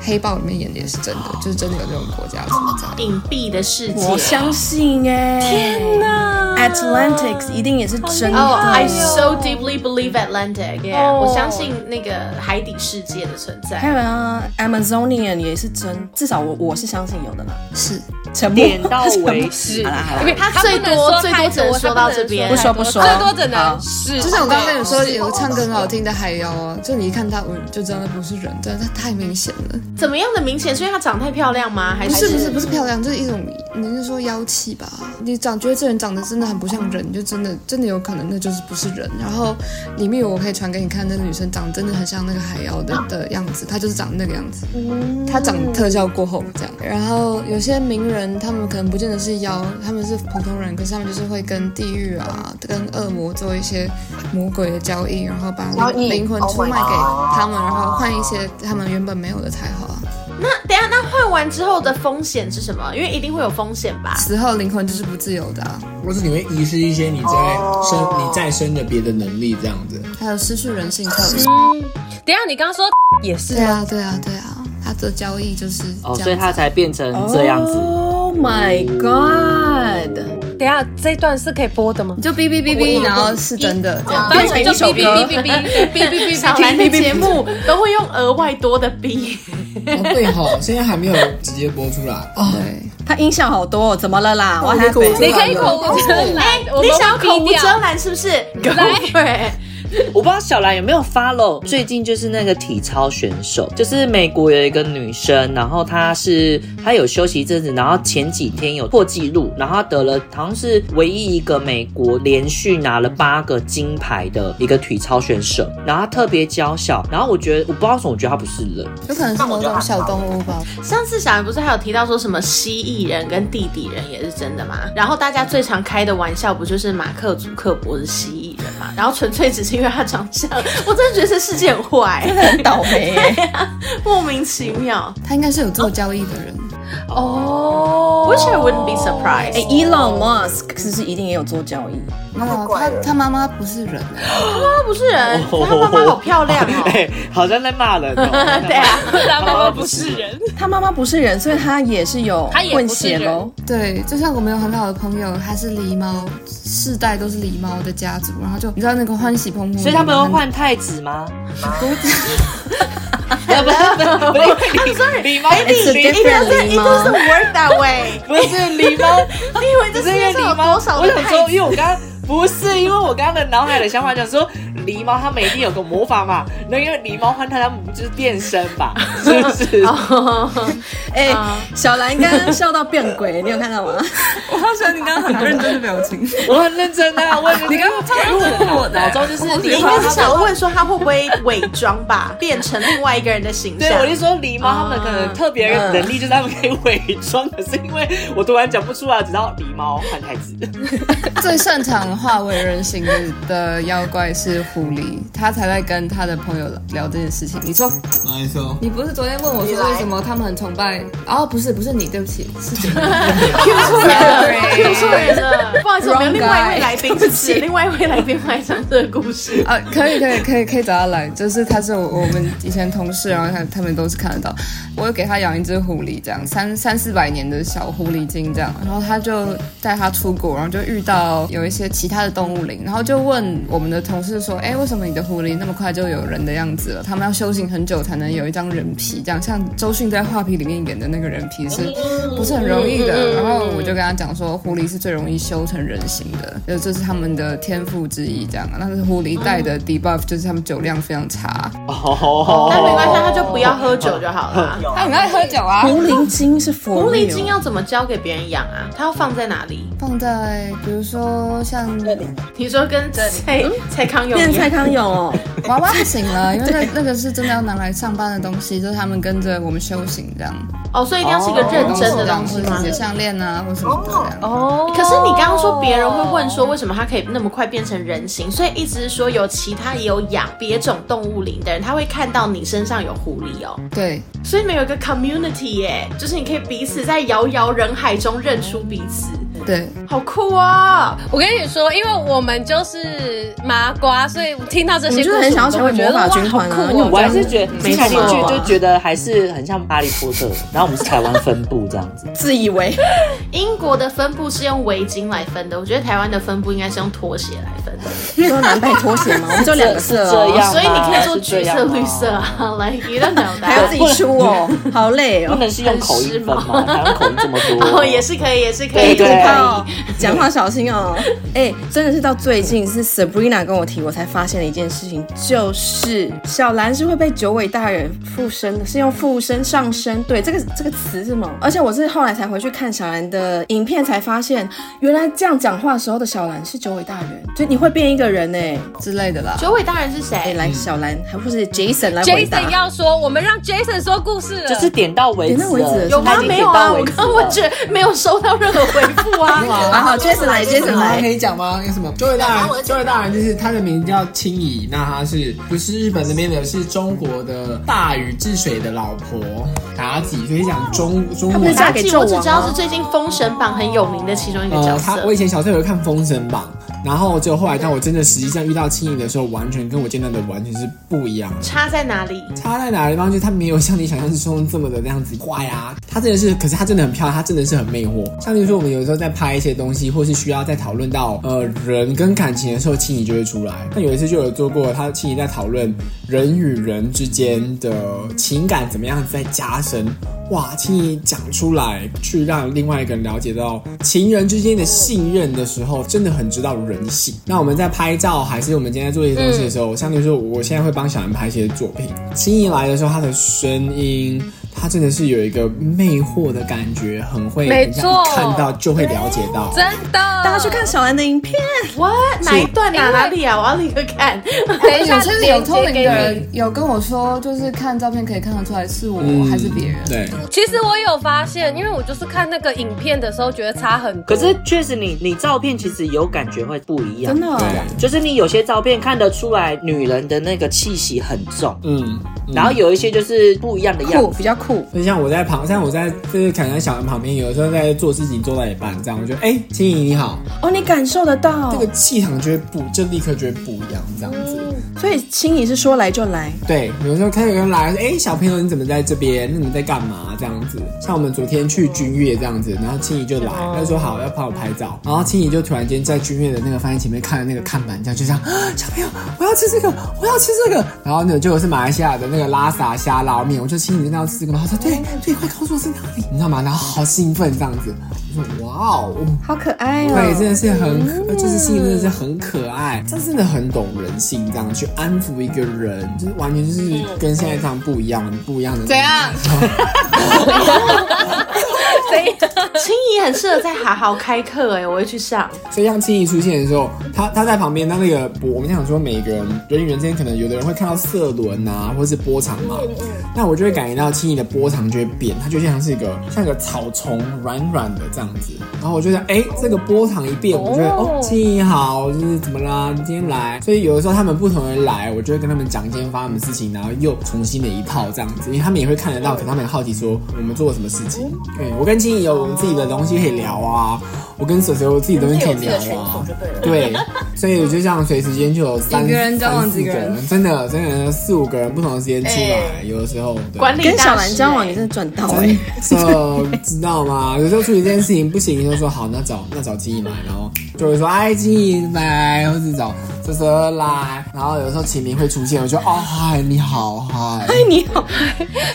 黑豹里面演的也是真的，就是真的有这种国家存在。
隐蔽的世界，
我相信哎、天哪，Atlantic 一定也是真的。
哦、i so deeply believe Atlantic，、yeah,
哦
我相信那个海底世界的存在
还。有啊，Amazonian 也是真，至少我我是相信有的啦。
是，
沉默，
点 到为止
好。啦好啦，
他
他最多
不能说
最多
太
只能
多
说
他
到
能
这边
不
太
说
多
不说
最多只能
好
是。
就像我刚刚跟你说有唱歌很好听的海妖啊，就你一看他，我就知道那不是人，真的太明显了。
怎么样的明显？是因为她长得太漂亮吗？还
不
是
是不是不是漂亮，就是一种你是说妖气吧？你长觉得这人长得真的很不像人，就真的真的有可能那就是不是人。然后里面有我可以传给你看，那个女生长得真的很像那个海妖的的样子，她就是长那个样子，
嗯
她长特效过后这样。然后有些名人他们可能不见得是妖，他们是普通人，可是他们就是会跟地狱啊、跟恶魔做一些魔鬼的交易，然后把
哦
灵魂出卖给他们，然后换一些他们原本没有的才华。
那等一下那换完之后的风险是什么？因为一定会有风险吧？
死后灵魂就是不自由的啊、
或是你会遗失一些你在生你再生的别的能力这样子。
还有失去人性特质。
等一下你刚刚说也是
对啊，对啊，对啊，他的交易就是
哦，
这
所以
样子。
他才变成这样子。
Oh my god！
等一下这一段是可以播的吗
你？就哔哔哔哔，然后是真的这样。
反正
变
就
成一首
哔哔哔哔哔哔哔哔
小兰的节目都会用额外多的币，
哦，对吼，现在还没有直接播出来哦。
对，
他音效好多、哦，怎么了啦？我
我
还
的口
被
误
你可以口无遮拦，我
你
们
想要
会
口无
逼掉
遮拦是不是？Go for it！
我不知道小兰有没有 follow 最近就是那个体操选手，就是美国有一个女生，然后她是她有休息一阵子，然后前几天有破纪录，然后她得了好像是唯一一个美国连续拿了八个金牌的一个体操选手，然后她特别娇小，然后我觉得我不知道为什么，我觉得她不是人，
有可能是某种小动物吧。
上次小兰不是还有提到说什么蜥蜴人跟地底人也是真的吗？然后大家最常开的玩笑不就是马克·祖克伯是蜥蜴人吗？然后纯粹只是因为他长这样， 我真的觉得这世界很坏，
很倒霉、 欸。
莫名其妙。
他应该是有做交易的人。
哦。
Which I wouldn't be surprised、
哎、e l o n Musk 是不是一定也有做交易？
没有，他他妈妈不是人，啊
他不是人，他妈妈好漂亮 哦。
哎、 好像在骂人哦。
对 啊，
他妈妈不是人，
他妈妈不是人，所以他也是有
他也
混
不是
血
人
喽。
对，就像我们有很好的朋友，他是狸猫，世代都是狸猫的家族，然后就你知道那个欢喜蓬勃，
所以他们会换太子吗？嗯不是， 不是，哎不是，礼貌，
It's a
一定是
different
一定
Elon
是 work that way。
不是礼 貌。
你以为这
不
世
是因为
界上有
狸猫，
多少
我
的
想
太
说，
子
因为我刚刚不是因为我刚刚的脑海的想法想说，狸猫它们一定有个魔法嘛，那因为狸猫换它，它们不就是变身 吧？是不是？
哎、小兰刚刚笑到变鬼，你有看到吗？
我好喜欢你刚刚很认真的表情。
我很认真啊，我你刚刚超认真我脑中就是
你
狸
应
猫
该是
它
想
们。
问说他会不会伪装吧， 变成另外一个人的形
对
象，？
我就说狸猫它们可能特别的能力就是它们可以伪装，可是因为我突然讲不出来，只知道狸猫换太子。
最擅长化为人形的的妖怪是狐狸，他才在跟他的朋友聊这件事情。你说，
哪一首？
你不是昨天问我说为什么他们很崇拜？哦，不是，不是你，对不起，是 Q 出
出来了，不好意思，我们有
Wrong
另外一
guy
位来宾，就是 另外一位来宾来讲这个故事。
啊，可以可以可以可以找他来，就是他是我我们以前同事，然后他他们都是看得到，我有给他养一只狐狸，这样三三四百年的小狐狸精这样，然后他就带他出国，然后就遇到有一些其他的动物灵，然后就问我们的同事说，哎，为什么你的狐狸那么快就有人的样子了？他们要修行很久才能有一张人皮，这样像周迅在《画皮》里面演的那个人皮是不是很容易
嗯
的？然后我就跟他讲说，狐狸是最容易修成人形的，呃，这是他们的天赋之一，这样。但是狐狸带的 debuff 就是他们酒量非常差，
哦，
那没关系，他就不要喝酒就好了。
哦
他很爱喝酒啊。
狐狸精是佛，
狐狸精要怎么教给别人养啊？它要放在哪里？
放在比如说像
你说跟蔡嗯蔡康永
变
一
蔡
样，
康永哦，
娃娃不行了，因为那那个是 真的要拿来上班的东西，就是他们跟着我们修行这样，
哦，所以一定要是一个认真的东西
或者
吗
是？项链啊或什么的这样。
哦，
可是你刚刚说别人会问说为什么它可以那么快变成人形，所以意思是说有其他也有养别种动物灵的人，他会看到你身上有狐狸哦，
对，
所以你们有一个 community 耶，就是你可以彼此在遥遥人海中认出彼此，
对，
好酷啊、
我跟你说，因为我们就是麻瓜，所以听到这
我
些
们
故事，
就是很想要成为魔
我都会觉得
法军团
哇好
啊，
酷
因为
哦
我还是觉得
没
一看进
错
去就觉得还是很像哈利波特，然后我们是台湾分部这样子。
自以为
英国的分布是用围巾来分的，我觉得台湾的分布应该是用拖鞋来分的，
说南北拖鞋嘛，我们就两个
是
色
这
哦，
样吗，
所以你可以做
是这
橘
样
色、
吗
绿色，啊，来，你都 know
还要自
that。
己出哦，好累
不
哦。
能是用口音分嘛？台湾口音这么多，
哦，也是可以，也是可
对
以，
对
可以
哦，讲话小心哦！哎、真的是到最近是 Sabrina 跟我提，我才发现了一件事情，就是小兰是会被九尾大人附身的，是用附身上身。对，这个这个词是什么？而且我是后来才回去看小兰的影片，才发现原来这样讲话时候的小兰是九尾大人，就你会变一个人哎、
之类的啦。
九尾大人是谁？
哎、来小兰，还或是 Jason 来回答。
Jason 要说，我们让 Jason 说故事了，
就是点到为止
点到为止
了，
有
有吗？没有啊，我刚刚
问
完全没有收到任何回复啊。
啊好，Jason 来，Jason
我还可
来，
以讲吗？那个什么，周伟大人，周伟大人就是他的名字叫青怡，那他是不是日本那边的？是中国的大禹治水的老婆妲己，所以讲中中
他
国
不是嫁给纣
我只
王
知道
吗
是？最近《封神榜》很有名的其中一个角
呃，
哦
他
色
我。以前小时候有看《封神榜》，然后就后来当我真的实际上遇到青怡的时候，完全跟我见到的完全是不一样的。
差在哪里？
差在哪个地方？就是她没有像你想象中这么的那样子坏啊。她真的是，可是她真的很漂亮，她真的是很魅惑。像例如说，我们有时候在拍一些东西，或是需要在讨论到呃人跟感情的时候，青怡就会出来。那有一次就有做过，她青怡在讨论人与人之间的情感怎么样子在加深。哇，青怡讲出来，去让另外一个人了解到情人之间的信任的时候，真的很知道人性。那我们在拍照，还是我们今天在做一些东西的时候，相对于说，我现在会帮小兰拍一些作品。青怡来的时候，她的声音，她真的是有一个魅惑的感觉，很会，
没错
一看到就会了解到。
真的，
大家去看小兰的影片。
哇，哪一段哪
因为
哪里啊？我要立刻看。
等一下
有些有
连接
通灵
给
的
你
人有跟我说，就是看照片可以看得出来是我
嗯
还是别人。
对，
其实我有发现，因为我就是看那个影片的时候，觉得差很
可
多。
是确实你，你照片其实有感觉会不一样
真。的哦、
对，
就是你有些照片看得出来，女人的那个气息很重，
嗯，嗯
然后有一些就是不一样的样
酷，
子。
比较酷。
就像我在旁，像我在就是可能在小兰旁边，有的时候在做事情做到一半，这样我就哎、青怡你好，
哦，你感受得到
这个气场就会不，就立刻觉得不一样，这样子。
所以青怡是说来就来，
对，有时候看有人来，哎、小朋友你怎么在这边？那你们在干嘛？这样子，像我们昨天去君悦这样子，然后青怡就来，他说好要帮我拍照，然后青怡就突然间在君悦的那个饭店前面看了那个看板，这样就这样，啊小朋友我要吃这个，我要吃这个，然后呢就是马来西亚的那个拉萨虾拉面，我就青怡那要吃这个吗？他说对对，快告诉我是哪里，你知道吗？然后好兴奋这样子，我说哇哦，
好可爱哦。
对，真的是很可，就是心里真的是很可爱，这嗯真的很懂人性，这样去安抚一个人，就是完全就是跟现在这样不一样，不一样的。
怎样？
青怡很适合在好好开课哎，我会去上。
所以像青怡出现的时候，她她在旁边，她那个我们想说，每个人人与人之间，可能有的人会看到色轮啊，或是波长嘛。那我就会感觉到青怡的波长就会变，它就像是一个像个草丛，软软的这样子。然后我就想，哎、这个波长一变，我就会哦，青怡好，就是怎么啦？你今天来？所以有的时候他们不同人来，我就会跟他们讲今天发生什么事情，
嗯
然后又重新的一套这样子，因为他们也会看得到，可他们也好奇说我们做了什么事情。对我跟近有我们自己的东西可以聊啊，我跟水水有自己的东西可以聊啊，对，所以我就这样随时间就有三
几嗯个人交往
三四
几个人哎
真的真的四五个人不同的时间出来，有的时候对
管理
跟小
大
兰
师
交往，
欸
你真的赚到哎、
就哦知道吗？有时候处理这件事情不行，就说好，那找那找金怡来，然后就会说哎金怡来，或是找泽泽来，然后有时候秦明会出现，我就哦嗨你好嗨，
嗯
你好，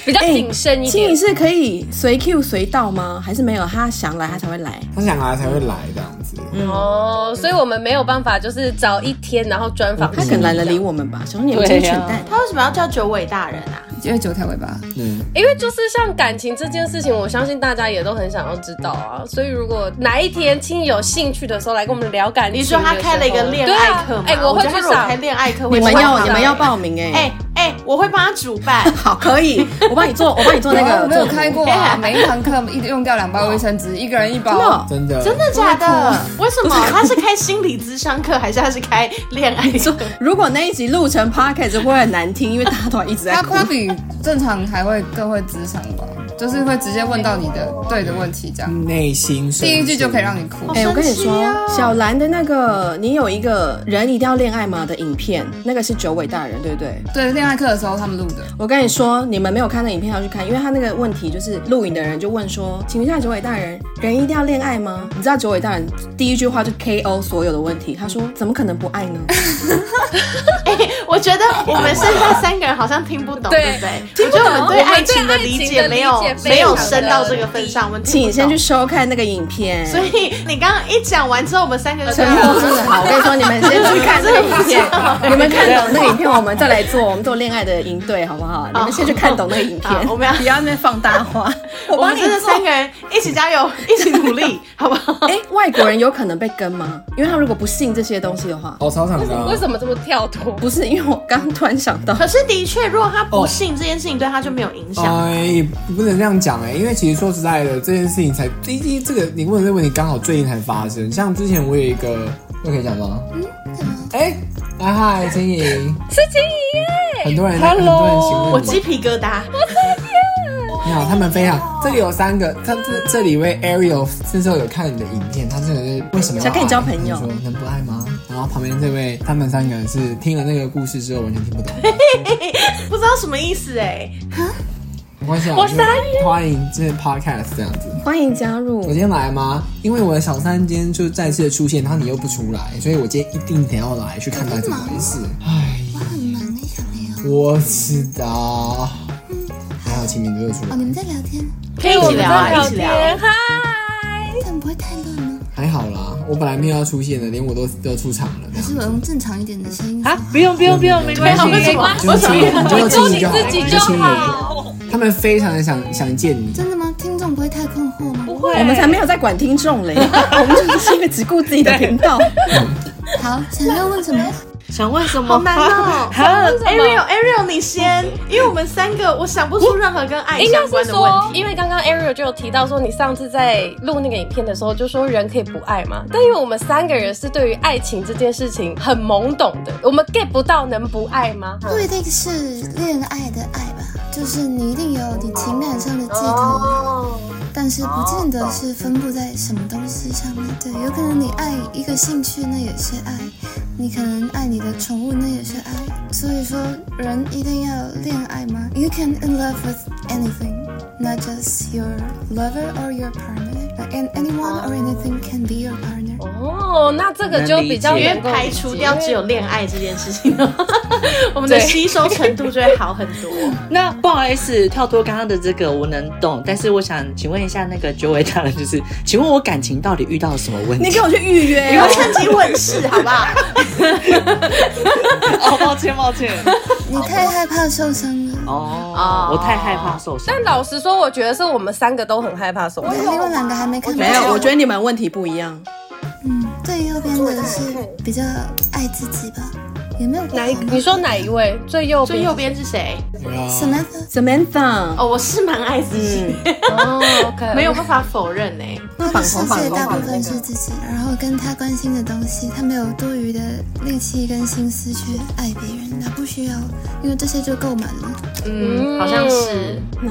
比
哎
较谨慎一
青
点
你。是可以随 Q 随到吗？还是没有他想来他才会来？
他想来才会来这样子，
哦，所以我们没有办法，就是找一天然后专访
他可能懒得理我们吧，想说你们
对
真
啊
蠢蛋。
他为什么要叫九尾大人啊？
因为九条尾巴，
嗯，
因为就是像感情这件事情，我相信大家也都很想要知道啊。所以如果哪一天亲友兴趣的时候来跟我们聊感情
你
的时
说
候，
他开了一个恋爱课吗？
对啊哎、我
我
会
觉得他
去
如果
上
开。恋爱课，
你们
会
要
去
你们要报名哎、
哎哎，我会帮他主办。
好，可以，我帮你做，我帮你做那
啊
个。
我没有
做
开过啊，每一堂课一用掉两包卫生纸，一个人一
真的
包
哦。
真的
真的假的？为什么他是开心理咨商课，还是他是开恋爱课？
如果那一集录成 podcast 会不会很难听？因为大家都一直在
他
哭。
他比正常还会更会职场吧，就是会直接问到你的对的问题，这样
内心深处
第一句就可以让你哭。
哎、我跟你说，
神奇哦
小兰的那个你有一个人一定要恋爱吗的影片，那个是九尾大人，对不对？
对，恋爱课的时候他们录的，
我跟你说，你们没有看的影片要去看，因为他那个问题就是录影的人就问说，请问一下九尾大人，人一定要恋爱吗？你知道九尾大人第一句话就 KO 所有的问题，他说怎么可能不爱呢？
哎、我觉得我们剩下三个人好像听不懂，对
对
不对？我觉得我们对爱情的理解没有
我们对爱情的理解
没有
非常
深
的
到这个份上，我们听
请
不
先
懂
去。收看那个影片。
所以你刚刚一讲完之后，我们三个人
沉默真的好，我跟你说，你们先去看那个影 片，你们看懂那个影片，我们再来做，我们做恋爱的营队，好不好？你们先去看懂那个影
好
片，
我们要
不要在那边放大话。我
我
帮
们
你
真的
做。
三个人一起加油，一起努 力，好不好？
哎，外国人有可能被跟吗？因为他如果不信这些东西的话，
哦，操场的啊
为什么这么跳脱？
不是，因为我刚突然想 到，
可是的确，如果他不信这件事情，对他就没有影响。
哎，不能这样讲哎、因为其实说实在的，这件事情才第一，这个你问的这个问题刚好最近才发生。像之前我有一个，我可以讲吗？嗯，哎、来嗨，陈颖，啊
是情怡耶，
很多人很多人询问
我鸡皮疙瘩，
你好，他们非常，这里有三个，他这这里一位 Ariel 这时候有看你的影片，他真的是为什么要
想跟你
爱
交朋友
他说能不爱吗？然后旁边这位，他们三个人是听了那个故事之后完全 听不懂。
不知道什么意思哎、
没关系啊，
我
就
傻
欢迎这 podcast 这样子。
欢迎加
我
入。
今天来吗？因为我的小三今天就再次的出现，然后你又不出来，所以我今天一定得要来去看看怎么回事。哎，我很忙，想我知道，还好清明都有出来，
嗯哦你们在聊天，
可以一起聊啊，
我
一
们
起
在
聊。
天，嗨，
这样不会太乱吗？
还好啦。我本来没有要出现的，连我都都出场了。
还是我用正常一点的声音说
啊，不用不用不用，没关系
没有
没关系，
就清明，你就清明就好，
自己
你
就
就清明
好。
他们非常的想想见你，
真的吗？听众不会太困惑吗？
不会，
我们才没有在管听众嘞， 我们就是一个只顾自己的频道。
好，想要问什么？
想问什么？
好难哦
哈
Ariel Ariel，你先，因为我们三个我想不出任何跟爱
应该
相关
是
的问
说，
题。
因为刚刚 Ariel 就有提到说，你上次在录那个影片的时候就说人可以不爱嘛，但因为我们三个人是对于爱情这件事情很懵懂的，我们 get 不到能不爱吗？
嗯
不一定是恋爱的爱吧，就是你一定有你情感上的寄托，但是不见得是分布在什么东西上面。对，有可能你爱一个兴趣，那也是爱；你可能爱你的宠物，那也是爱。所以说，人一定要恋爱吗？You can in love with anything, not just your lover or your partner, but and anyone or anything can be your partner.
哦，那这个就比较
能理
因
解
为
能够
排
理解
除掉只有恋爱这件事 情，我们的
对
吸收程度就会好很 多。
那不好意思，跳脱刚刚的这个我能懂，但是我想请问一下那个九尾大人，就是请问我感情到底遇到了什么问
你
题？
给我去预约
不要趁机问世，好不好？
哦，抱歉抱歉，
你太害怕受伤了。
哦，我太害怕受伤
但。老实说，我觉得是我们三个都很害怕受伤。
另外两个还没看到。
没有，我觉得你们问题不一样。
嗯，最右边的是比较爱自己吧，也没有不好
哪一？你说哪一位？最右
最
边
右边是谁？
有啊，
什么？Samantha，
Samantha，、
哦，我是蛮爱自信，
哦，OK，
没有办法否认哎、
他
绑
的
头
世
发绑
界
头
大
发
部
的那
分是
个
自己，然后跟他关心的东西，他没有多余的力气跟心思去爱别人，他不需要，因为这些就够满了。
嗯，好像是。
那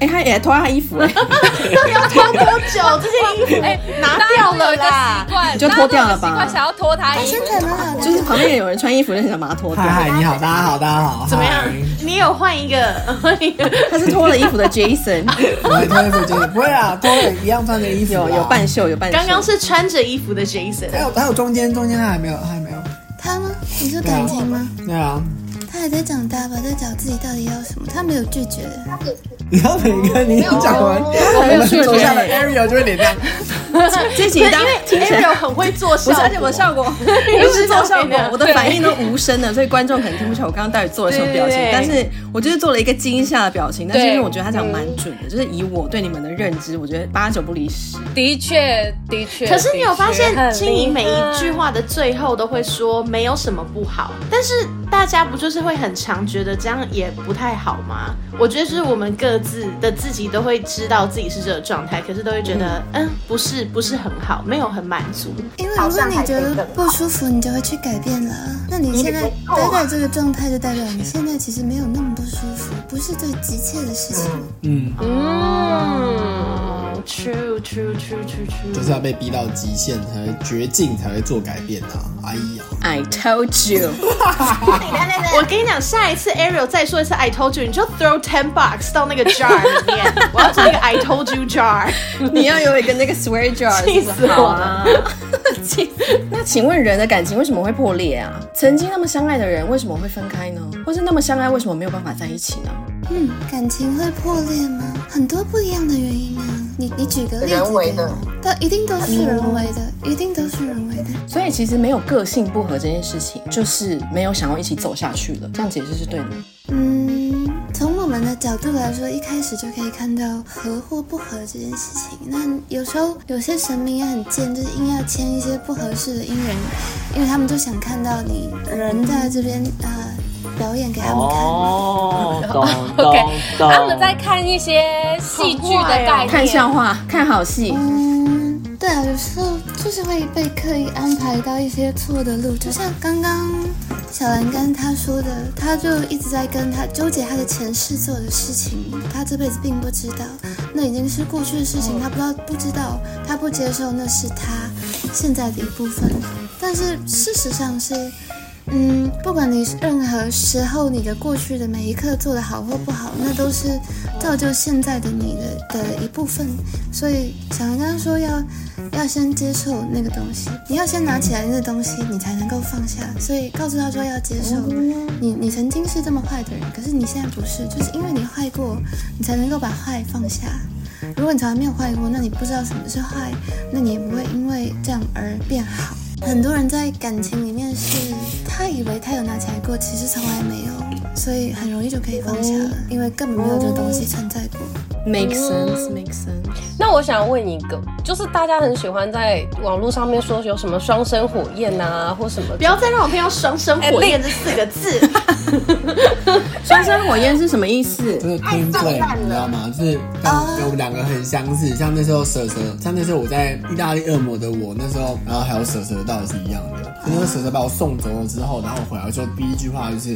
哎、他也脱他衣服、哎
穿多久？这件衣服
哎
拿
大家
掉
有
了
一个习
啦。
惯，
你就脱掉了吧
大家有一个习惯想要脱他衣
身
服，
材蛮好的，
就是旁边有人穿衣服，就很想把它脱掉
嗨。嗨，你好，大家好，大家好，
怎么样
嗨？
你有换一个？换一个
他是脱了衣服的 Jason，
我还脱衣服就是不会啊，脱了一样穿的衣服啊
有有半，袖，有半袖。
刚刚是穿着衣服的 Jason，
还有还有中间中间他还没有他还没有，
他吗？你说感情吗？
对啊，
他还在长大吧，在找自己到底要什么，他没有拒绝的。
你要每个你一讲完，我
没有
们
去
楼下的
对
Ariel 就会脸亮，
这集
因为
当
因为 Ariel 很会做效
不是，
果，
而且我效 果，我是做效果，我的反应都无声的，所以观众可能听不出来我刚刚到底做了什么表情
对对对。
但是我就是做了一个惊吓的表情，但是因为
对
我觉得他讲得蛮准的，就是以我对你们的认知，我觉得八九不离十。
的确的确。
可是你有发
的确
现，
很
青怡每
厉害
一句话的最后都会说没有什么不好，但是大家不就是会很常觉得这样也不太好吗？我觉得就是我们各自的自己都会知道自己是这个状态，可是都会觉得嗯，不是不是很好，没有很满足。
因为如果你觉得不舒服，你就会去改变了。啊那你现在待在这个状态，就代表你现在其实没有那么不舒服，不是最急切的事情。
嗯，
哦
嗯，true true true true
就是要
true。
被逼到极限才会绝境才会做改变啊，哎呀，
I told you，
我跟你讲，下一次 Ariel 再说一次 I told you，你就 throw ten bucks 到那个 jar 里面，我要做一个 I told you jar。
你要有一个那个 swear jar，
气死我
了。气啊那请问人的感情为什么会破裂啊？曾经那么相爱的人为什么会分开呢？或是那么相爱为什么没有办法在一起呢？
嗯，感情会破裂吗？很多不一样的原因啊。你你举个例子给我，人为的，嗯但一定都是人为的，一定都是人为的。
所以其实没有个性不合这件事情，就是没有想要一起走下去了。这样解释是对的吗？
嗯，从我们的角度来说，一开始就可以看到合或不合这件事情。那有时候有些神明也很贱，就是硬要签一些不合适的姻缘，因为他们就想看到你人在这边呃表演给他们看。
哦，懂懂
OK，
懂。
他们在看一些戏剧的概念，
看笑话，看好戏。
嗯，对啊，有时候就是会被刻意安排到一些错的路，就像刚刚小兰跟他说的，他就一直在跟他纠结他的前世做的事情，他这辈子并不知道，那已经是过去的事情，他不知道不知道，他不接受那是他现在的一部分，但是事实上是。嗯，不管你任何时候，你的过去的每一刻做的好或不好，那都是造就现在的你的的一部分。所以小兰刚刚说要要先接受那个东西，你要先拿起来那个东西，你才能够放下。所以告诉他说要接受，你你曾经是这么坏的人，可是你现在不是，就是因为你坏过，你才能够把坏放下。如果你从来没有坏过，那你不知道什么是坏，那你也不会因为这样而变好。很多人在感情里面是，他以为他有拿起来过，其实从来没有，所以很容易就可以放下了，因为根本没有这个东西存在过。
Make sense, make sense。
那我想问一个，就是大家很喜欢在网络上面说有什么双生火焰啊，或什么
不。要再让我听到“双生火焰”这四个字。
双生火焰是什么意思？
就是 twin flame，你知道吗？就是刚跟我们两个很相似，像那时候蛇蛇，像那时候我在意大利恶魔的我，那时候然后还有蛇蛇到底是一样的。就那时候蛇蛇把我送走了之后，然后我回来之后第一句话就是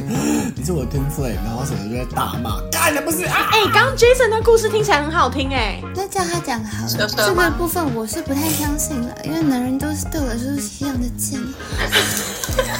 你是我的 twin flame，然后蛇蛇就在大骂，干的不是啊！
哎、刚刚 Jason 的故事听起来很好听哎、
那叫他讲好了，这个部分我是不太相信了，因为男人都是对我来说是一样的贱。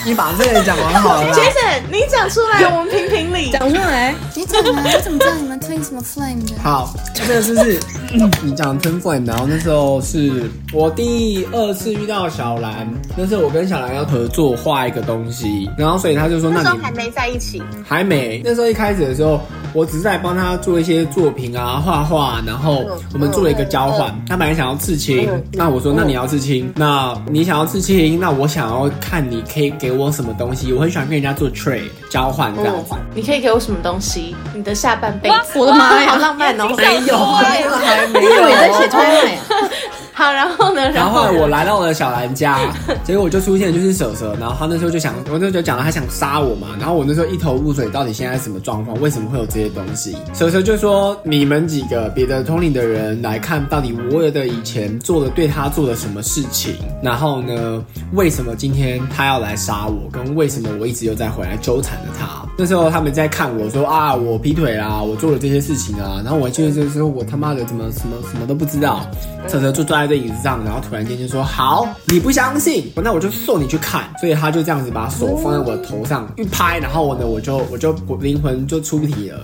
你把这个讲完好啊了啦
j。a s o n 你讲出来，我们评评理。
讲出来，
你讲啊，我怎么知道你们 twin 什么 flame 的？
好，这个 就是嗯你讲 Ten Flame，然后那时候是我第二次遇到小兰，那是我跟小兰要合作画一个东西，然后所以他就说，那你
没在一起，
还没。嗯那时候一开始的时候，我只是在帮他做一些作品啊，画画，然后我们做了一个交换。他本来想要刺青，那我说那你要刺青，那你想要刺青，那我想要看你可以给我什么东西。我很喜欢跟人家做 trade 交换这样子。
你可以给我什么东西？你的下半辈
哇
子，
啊我的妈呀
好浪漫哦！
没有，还没
你以为
有
在写 t w i l i g h
好，然后呢？
然后后
后
来
呢
我来到我的小兰家， 结果我就出现就是蛇蛇，然后他那时候就想，我那时候讲了他想杀我嘛，然后我那时候一头雾水，到底现在什么状况，为什么会有这些东西？蛇蛇就说你们几个别的通灵的人来看，到底我的以前做的对他做了什么事情，然后呢，为什么今天他要来杀我，跟为什么我一直又在回来纠缠着他？那时候他们在看我说啊，我劈腿啦，我做了这些事情啊，然后我就就是说我他妈的怎么什么什么都不知道，扯扯就坐在这椅子上，然后突然间就说好，你不相信，那我就送你去看，所以他就这样子把手放在我头上一拍，然后呢我就我就我灵魂就出体了。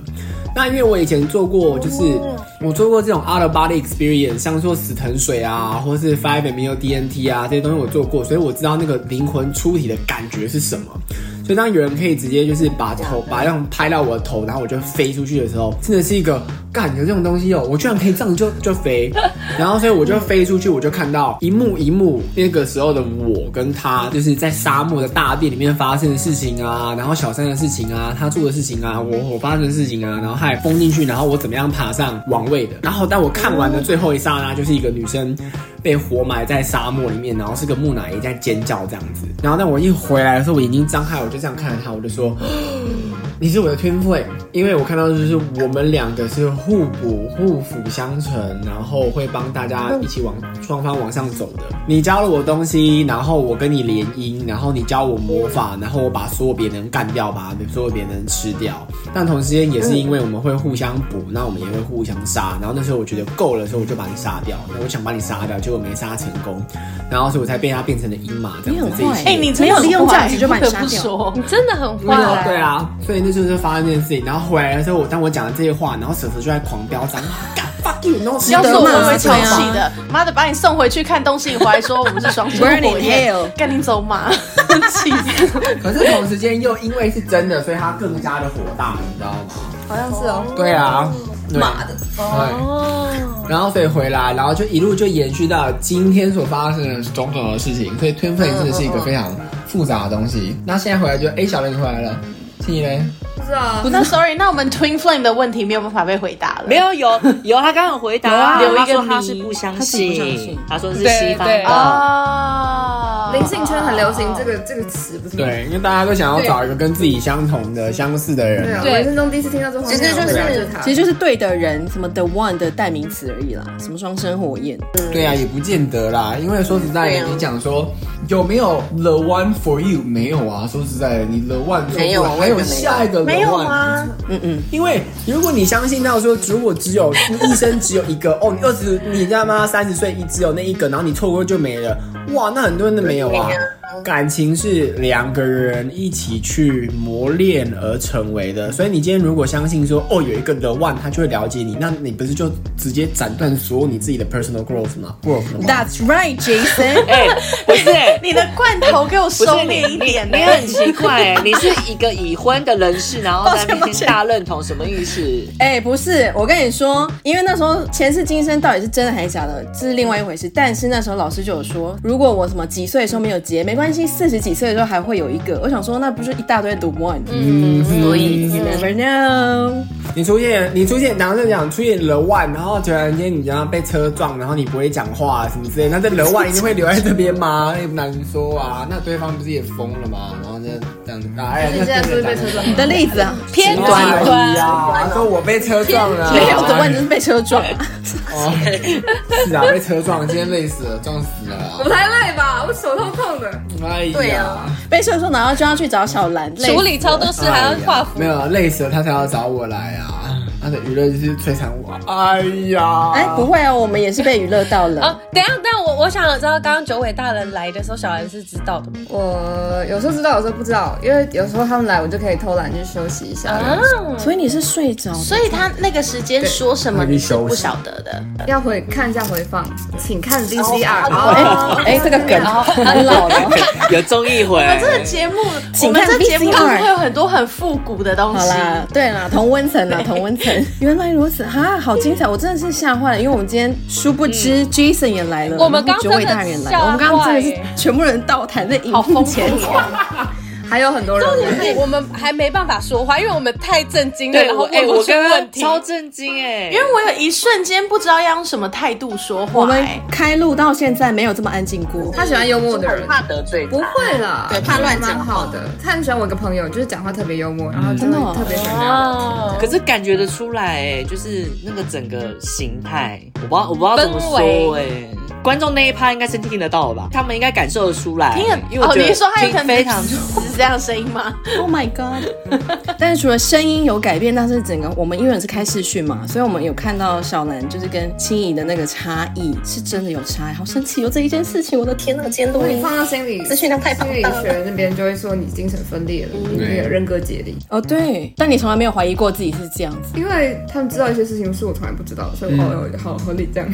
那因为我以前做过，就是我做过这种 out of body experience，像说死藤水啊，或是 five m u DNT 啊这些东西我做过，所以我知道那个灵魂出体的感觉是什么。所以当有人可以直接就是把头把这样拍到我的头，然后我就飞出去的时候，真的是一个干有这种东西哦，我居然可以这样就就飞，然后所以我就飞出去，我就看到一幕一幕那个时候的我跟他就是在沙漠的大地里面发生的事情啊，然后小山的事情啊，他做的事情啊，我我发生的事情啊，然后他也封进去，然后我怎么样爬上王位的，然后当我看完的最后一刹那，就是一个女生。被活埋在沙漠里面，然后是个木乃伊在尖叫这样子。然后但我一回来的时候，我眼睛张开，我就这样看着他，我就说：“你是我的 twin flame。”因为我看到就是我们两个是互补、互辅相成，然后会帮大家一起往双方往上走的。你教了我东西，然后我跟你联姻，然后你教我魔法，然后我把所有别人干掉，把所有别人吃掉。但同时间也是因为我们会互相补，那我们也会互相杀。然后那时候我觉得够了的时候，我就把你杀掉。那我想把你杀掉，结果没杀成功，然后所以我才被他变成了阴马这
你
样
很
子。这一
坏，
系
哎
列
你
没
真
有
的
利用
很坏
价值就把你
不得
杀
不
掉。
说，你真的很
对啊，
坏。
对啊，所以那就是发生这件事情。然后回来的时候，我当我讲了这些话，然后蛇蛇就在狂飙脏话，干 fuck you，然后
要是
值
我
得
我
吗
会超
对啊
气的，妈的，把你送回去看东西，你回来说我们是双
Burn
生
in
火焰
hell，
赶紧走马，气死！
可是同时间又因为是真的，所以他更加的火大，你知道吗？
好像是哦。
对啊，妈的，对。然后所以回来，然后就一路就延续到今天所发生的种种的事情，所以天分真的是一个非常复杂的东西。那现在回来就，哎，小雷你回来了，是你嘞？
不知道啊，
那 sorry，那我们 twin flame 的问题没有办法被回答了。
没有有有，他刚刚回答
啊
他
留一个
说他
谜
是不相
他自己不相
信
信，
他说是
对
西方
对
的。
哦，
灵性圈很流行这个这个词，不是吗？
对，因为大家都想要找一个跟自己相同的、相似的
对
人
啊，
啊。
我人生中第一次听到这话，
其实就
对啊
是，
他
其实就是对的人，什么 the one 的代名词而已啦，什么双生火焰，
对啊，也不见得啦，因为说实在
对
的，
啊
你讲说有没有 the one for you 没有啊？说实在的，你 the one 做
没有啊
过了，
我
还
也觉得没有。
有下一个 the
没有啊
one。
吗？
嗯嗯，
因为如果你相信到说，如果只有你一生只有一个哦，你二十，你他妈三十岁一只有那一个，然后你错过就没了，哇，那很多人都没有啊。感情是两个人一起去磨练而成为的，所以你今天如果相信说哦有一个 the one，他就会了解你，那你不是就直接斩断所有你自己的 personal growth 吗？growth 吗
That's right, Jason
哎，不是哎，
你的罐头给我
不
收
是你
敛一点
你，
呢
你很奇怪哎、你是一个已婚的人士，然后在那边大认同什么意思？
哎、不是，我跟你说，因为那时候前世今生到底是真的还是假的，这是另外一回事。但是那时候老师就有说，如果我什么几岁的时候没有结，没关系，四十几岁的时候还会有一个。我想说，那不是一大堆 the one？嗯，所以 you never know。
你出现，你出现，然后就讲出现楼万，然后突然间你这样被车撞，然后你不会讲话什么之类，那这楼万一定会留在这边吗？也不难说啊。那对方不是也疯了吗？然后就这样子，哎，
现在是不是被车撞
你的例子啊，
偏
极
极
端嗯而
端
已。啊，他说我被车撞了，
没有 the one 就是被车撞。
哦，是啊，被车撞，今天累死了，撞死了
我。才累吧，我手痛痛的。
哎呀，
对啊
被射手，然后就要去找小兰类似
处理超多事还要画符
哎
没，有累死了，他才要找我来啊。他的娱乐就是摧残我。哎呀，
哎、不会啊，我们也是被娱乐到了。
哦，等一下，但我我想知道，刚刚九尾大人来的时候，小兰是知道的吗？
我有时候知道，有时候不知道，因为有时候他们来，我就可以偷懒去休息一下。
所以你是睡着的，
所以他那个时间说什么
对
你是不晓得的。
要回看一下回放，请看 VCR。
哎、
哦
哎、这个梗很老
哦
了。
有综艺回
我们这个节目，我
请
们
看
这节目就是
VCR
会有很多很复古的东
好
西。
啦，对啦，同温层啦，同温层。原来如此，哈，好精彩！我真的是吓坏了，因为我们今天殊不知 Jason 也来了，
我们刚
然后九尾大人也来了，我们刚刚真的是全部人到谈在荧幕前。
还有很多人
重点是我们还没办法说话，因为我们太震惊了，
对
然后
我哎、
问不
我
出
刚
问
刚
题。
超震惊哎、
因为我有一瞬间不知道要用什么态度说
我
话、
们
哎
开录到现在没有这么安静过。
他喜欢幽默的人
很。怕得罪他。
不会啦，
对怕乱讲话
蛮好的。他很喜欢我一个朋友，就是讲话特别幽默，然后就
真的哦
会特别喜欢跟他聊天。
哦
可是感觉得出来哎、就是那个整个形态，我不知道我不知道怎么
氛
说哎、观众那一趴应该是听得到的吧？他们应该感受得出来，
听得
因为我
哦，
觉得
你是说他有
听
可能
非常
是这样的声音吗？
Oh my god！但是除了声音有改变，但是整个我们因为是开视讯嘛，所以我们有看到小南就是跟青怡的那个差异是真的有差，好生气！有哦这一件事情，我的天呐，今天录
如果你
音
放到心理
资讯量太庞
心
大
理
了
学那边就会说你精神分裂了，你那个人格解离。
哦，对，但你从来没有怀疑过自己是这样子。
因为他们知道一些事情是我从来不知道，所以我哦，好合理这样。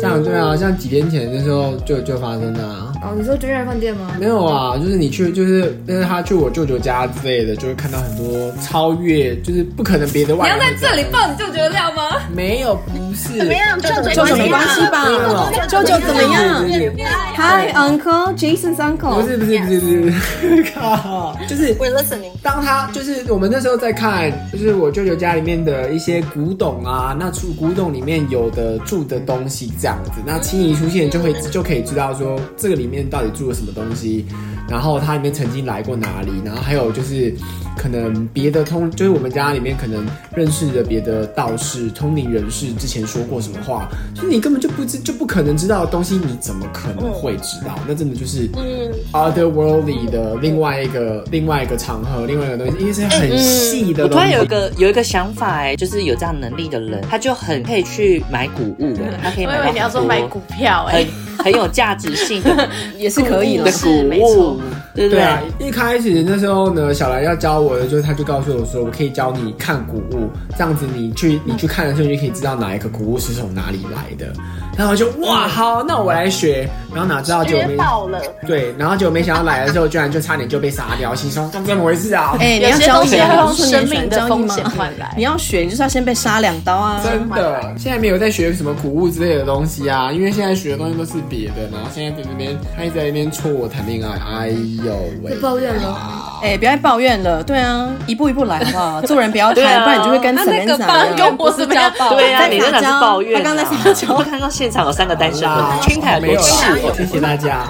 这样对啊，像几天前那时候就就发生了、啊。
哦，你说君悦饭店吗？
没有啊，就是你去，就是但是他去我舅舅家之类的，就会看到很多超越，就是不可能别的外人。
里爆你就觉得料吗？
没有，不是。
怎么样？舅舅
舅舅没关系
没有
吧？舅舅怎么样？Hi Uncle Jason's
不
Uncle。
是不是不是不是，靠！就是
？We're listening。
当他就是我们那时候在看，就是我舅舅家里面的一些古董啊，那出古董里面有的住的东西这样子，那轻易出现就会就可以知道说这个里面到底住了什么东西，然后它里面曾经来过哪里，然后还有就是可能别的通，就是我们家里面可能认识的别的道士、通灵人士之前说过什么话，就是你根本就不知就不可能知道的东西，你怎么可能
嗯
会知道？那真的就是。otherworldly 的另外一个另外一个场合，另外一个东西，因为是很细的
嗯我突
东
然
西。
有一个有一个想法哎、就是有这样能力的人，他就很可以去买古物哎、他可以
我
买
以
到
为你要说
很多
买股票、哎
很，很有价值性的
也是可以了
的
是
古
没错
物，对不
对
对？
啊，一开始那时候呢，小兰要教我的，就是他就告诉我说，我可以教你看古物，这样子你
嗯
去你去看的时候，你就可以知道哪一个古物是从哪里来的。然后我就哇好，那我来学。然后哪知道就
约
没
爆了，
对，然后就没想到来的时候，居然就差点就被杀掉，心说怎么回事啊？
哎，你
有
要
些
教
东
你
西
啊，
要
我
用
说你
生
很喜
命
欢
的
教
风
你
险
嘛
换来
哎你。要学，你就是要先被杀两刀啊！
真的，现在没有在学什么古物之类的东西啊，因为现在学的东西都是别的，然后现在在那边他一直在那边戳我谈恋爱，哎呦喂！啊
抱怨了，
哎，不要再抱怨了，对啊，一步一步来好不好？做人不要太，
对啊
不然你就会跟
那那
Samantha
个
一
帮
样。
佣不是家暴，
对啊，
在
你
撒
那哪是
娇
抱怨、啊？
他刚刚在撒娇
我看到现场有三个单身
啦
的，，圈凯
没
多
有
赤
啦
裸，
谢谢大家。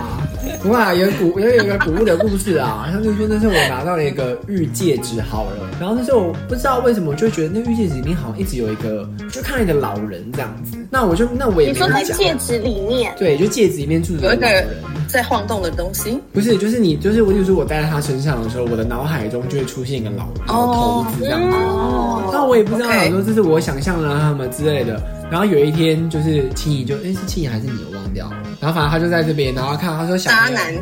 不过啊，有古有一个古物的故事啊，他就说那时候我拿到了一个玉戒指好了，然后那时候我不知道为什么我就觉得那玉戒指里面好像一直有一个，就看了一个老人这样子，那我就那我也
你
没有
说在
讲，
戒指里面
对，就戒指里面住着
有一
一个
个
老人。
在晃动的东西，
不是，就是你，就是我，就是我戴在他身上的时候，我的脑海中就会出现一个老老头子这样子。那我也不知道，
哦 OK
想说这是我想象的啊他们之类的。然后有一天，就是青怡就，哎、是青怡还是你，我忘掉了。然后反正他就在这边，然后看到他说小
渣
朋友
男，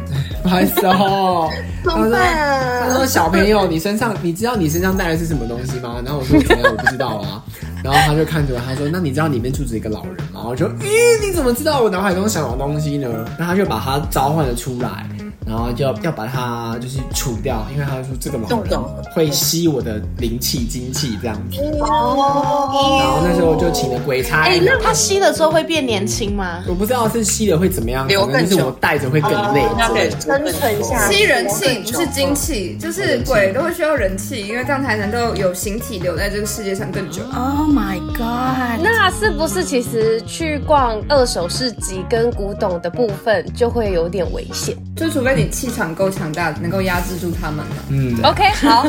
不好意思哦，
怎
他
么
说他
办？
说小朋友，你身上你知道你身上带的是什么东西吗？然后我说怎么样，我不知道啊。 然后他就看着我，他说那你知道里面住着一个老人吗？我就咦，你怎么知道我脑海中想的东西呢？然后他就把他召唤了出来。然后就要把他就是除掉，因为他说这个老
中
人
毒
会吸我的灵气、精气这样子。然
哦，
后那时候我就请了鬼差，
哎、那他吸了之后会变年轻吗？
我不知道是吸了会怎么样，
留
可能就是
更久
我戴着会更累嗯之类的。
生存下去
吸人气不是精气，就是鬼都会需要人气，因为这样才能够有形体留在这个世界上更久。啊
Oh my god！
那是不是其实去逛二手市集跟古董的部分就会有点危险
就除非你气场够强大，能够压制住他们啊
嗯，
？OK，好，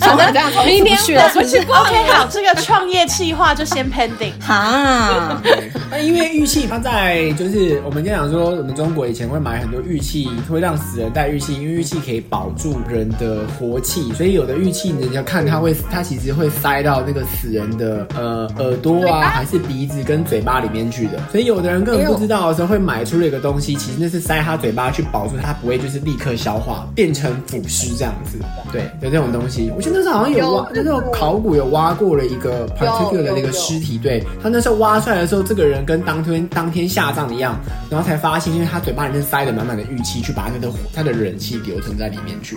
小南这样从
明
明
天
天去了，是不是？
OK，好，这个创业计划就先 pending。
哈，
那因为玉器，它在就是我们经常说，我们中国以前会买很多玉器，会让死人戴玉器，因为玉器可以保住人的活气，所以有的玉器你要看它会，它其实会塞到那个死人的呃耳朵啊，还是鼻子跟嘴巴里面去的。所以有的人根本不知道的时候，会买出了一个东西，其实那是塞他嘴巴去保住它不会就是立刻消化，变成腐尸这样子。对，有这种东西。我记得那时候好像有挖，那时候考古有挖过了一个 particular 的那个尸体，对他那时候挖出来的时候，这个人跟当天当天下葬一样，然后才发现，因为他嘴巴里面塞了满满的玉器，去把他的他的人气留存在里面去，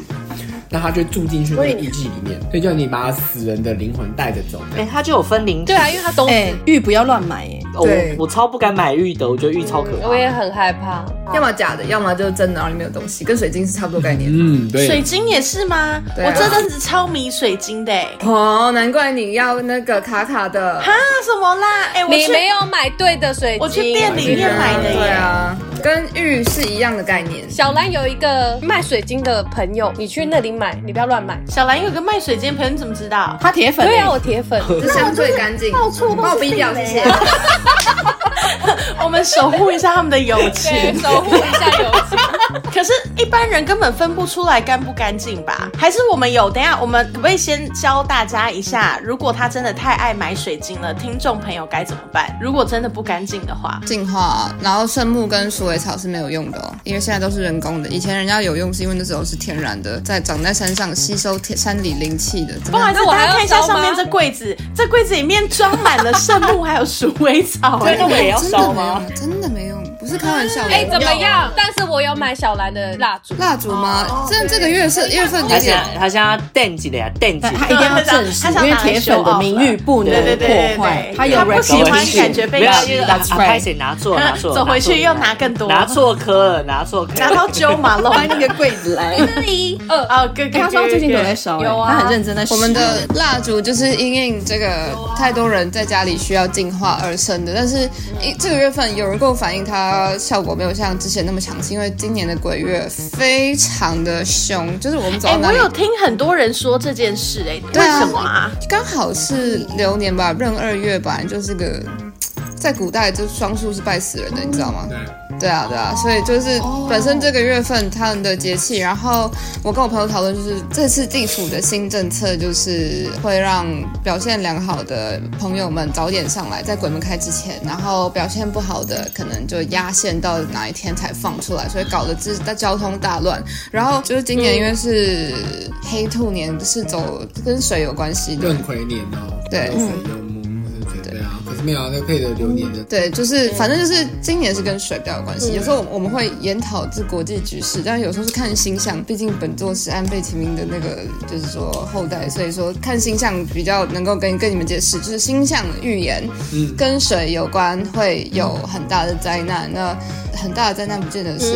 那他就住进去那个玉器里面，所以叫你把死人的灵魂带着走。
哎、他就有分灵体
对。啊，因为它东西、
哦
哎，玉不要乱买哎。
哦我
对
我超不敢买玉的，我觉得玉超可怕。
哎我也很害怕。
要么假的，要么就真的，然后你没有的东西，跟水晶是差不多概念。
嗯，
水
对，
晶也是吗？
对啊
我这阵子超迷水晶的、欸，
哦，难怪你要那个卡卡的
啊，什么啦？哎、我
你
去
没有买对的水晶。
我去店里面买的
对
耶。
啊，跟玉是一样的概念。
小兰有一个卖水晶的朋友，你去那里买，你不要乱买。
小兰有个卖水晶的朋友，你怎么知道？
他铁粉、欸，
对啊，我铁粉。
这相对干净，
到处都
帮
是
我逼掉，谢
地雷
谢。
我们守护一下他们的友
对，
情。
守护一下友情。
可是，一般人根本分不出来干不干净吧？还是我们有？等一下，我们可不可以先教大家一下？如果他真的太爱买水晶了，听众朋友该怎么办？如果真的不干净的话，
净化，然后圣木跟鼠尾草是没有用的哦，因为现在都是人工的。以前人家有用，是因为那时候是天然的，在长在山上吸收天山里灵气的。
不好意思，
那我
大
还
家
要
看一下
烧吗
上面这柜子，这柜子里面装满了圣木还有鼠尾草、
所以那
哎
我也要
真的
烧
没
吗？
用，真的没用，不是开玩笑的。
哎、怎么样？但是我有买小兰的蜡烛。
蜡烛吗？真的这个月是月份
他
有
现
点
在他现在垫起来，垫起
但他
来。
欸一定要证实
他，想
因为
拿来
铁粉的名誉不能
show off 对对对对
破坏
对。
有
他不喜欢
recognition
感觉被
没有
质疑
就是啊
that's
啊
right
拍谁拿错了拿错了，
走
拿
回
错了
去又拿更多
拿错颗了，拿错颗了，
拿到九马龙。
搬一个柜子来。
一二
哦，哥哥，
哎他说他最近都有在烧、欸，
有啊
他很认真在烧。
我们的蜡烛就是因应这个太多人在家里需要净化而生的，但是一这个月份有人跟我反映它效果没有像之前那么强，是因为今年的鬼月非常的凶，就是我们走
哎、
到哪
我
里。
有听很多人说这件事、哎、
对啊
为什么啊？
刚好是流年吧，闰二月本来就是个，在古代就双数是拜死人的，你知道吗？
对
对啊，对啊，所以就是本身这个月份他们的节气，然后我跟我朋友讨论，就是这次地府的新政策，就是会让表现良好的朋友们早点上来，在鬼门开之前，然后表现不好的可能就压线到哪一天才放出来，所以搞得这大交通大乱。然后就是今年因为是黑兔年，是走跟水有关系的，
壬癸年哦，
对
水又木木是对啊，可是没有啊，那配的流年的，
对，就是反正就是今年是跟水比较有关系。有时候我们我们会研讨这国际局势，但有时候是看星象，毕竟本座是安倍晴明的那个就是说后代，所以说看星象比较能够跟跟你们解释，就是星象预言
嗯，
跟水有关会有很大的灾难。那很大的灾难不见得是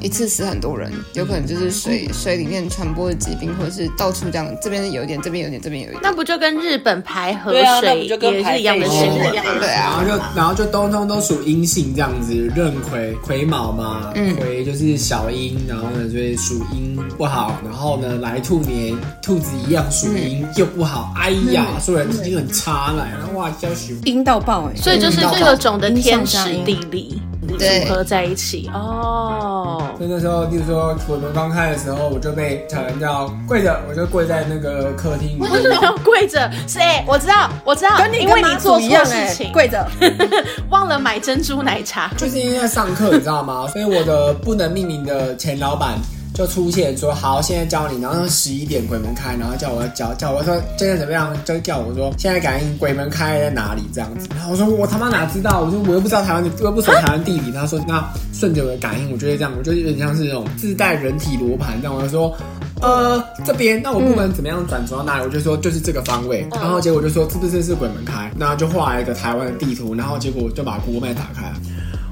一次死很多人，有可能就是水水里面传播的疾病，或者是到处这样，这边有一点，这边有一点，这边有一点。
那不就跟日本排河
对啊那
水
不就跟
也
排
是一样的
废
新
水
闻
一
吗？
对
然
啊
后，就然后就通通都属阴性这样子，壬癸癸卯嘛，
嗯
癸就是小阴，然后呢所以属阴不好，然后呢来兔年，兔子一样属阴、
嗯
又不好，哎呀，所以人已经很差了，然后哇，消息
阴到爆哎、
所以就是各种的天时
嗯
地利
对
组合在一起哦。
所以那时候，就是说我们刚开的时候，我就被小人叫跪着，我就跪在那个客厅。
为什么要跪着？是哎、我知道，我知道，因为你做错事情，
哎跪着。
忘了买珍珠奶茶。
就是因为在上课，你知道吗？所以我的不能命名的前老板就出现说：“好，现在教你。”然后十一点鬼门开，然后叫我叫叫我说现在怎么样？就叫我说现在感应鬼门开在哪里这样子。然后我说我他妈哪知道？我说我又不知道台湾的，我又不熟台湾地理。他说那顺着我的感应，我就会这样，我就有点像是那种自带人体罗盘这样。我就说。呃，这边，那我不管怎么样转转到哪里，我就说就是这个方位，然后结果就说这不是是鬼门开，然后就画了一个台湾的地图，然后结果我就把 Google Map 打开了，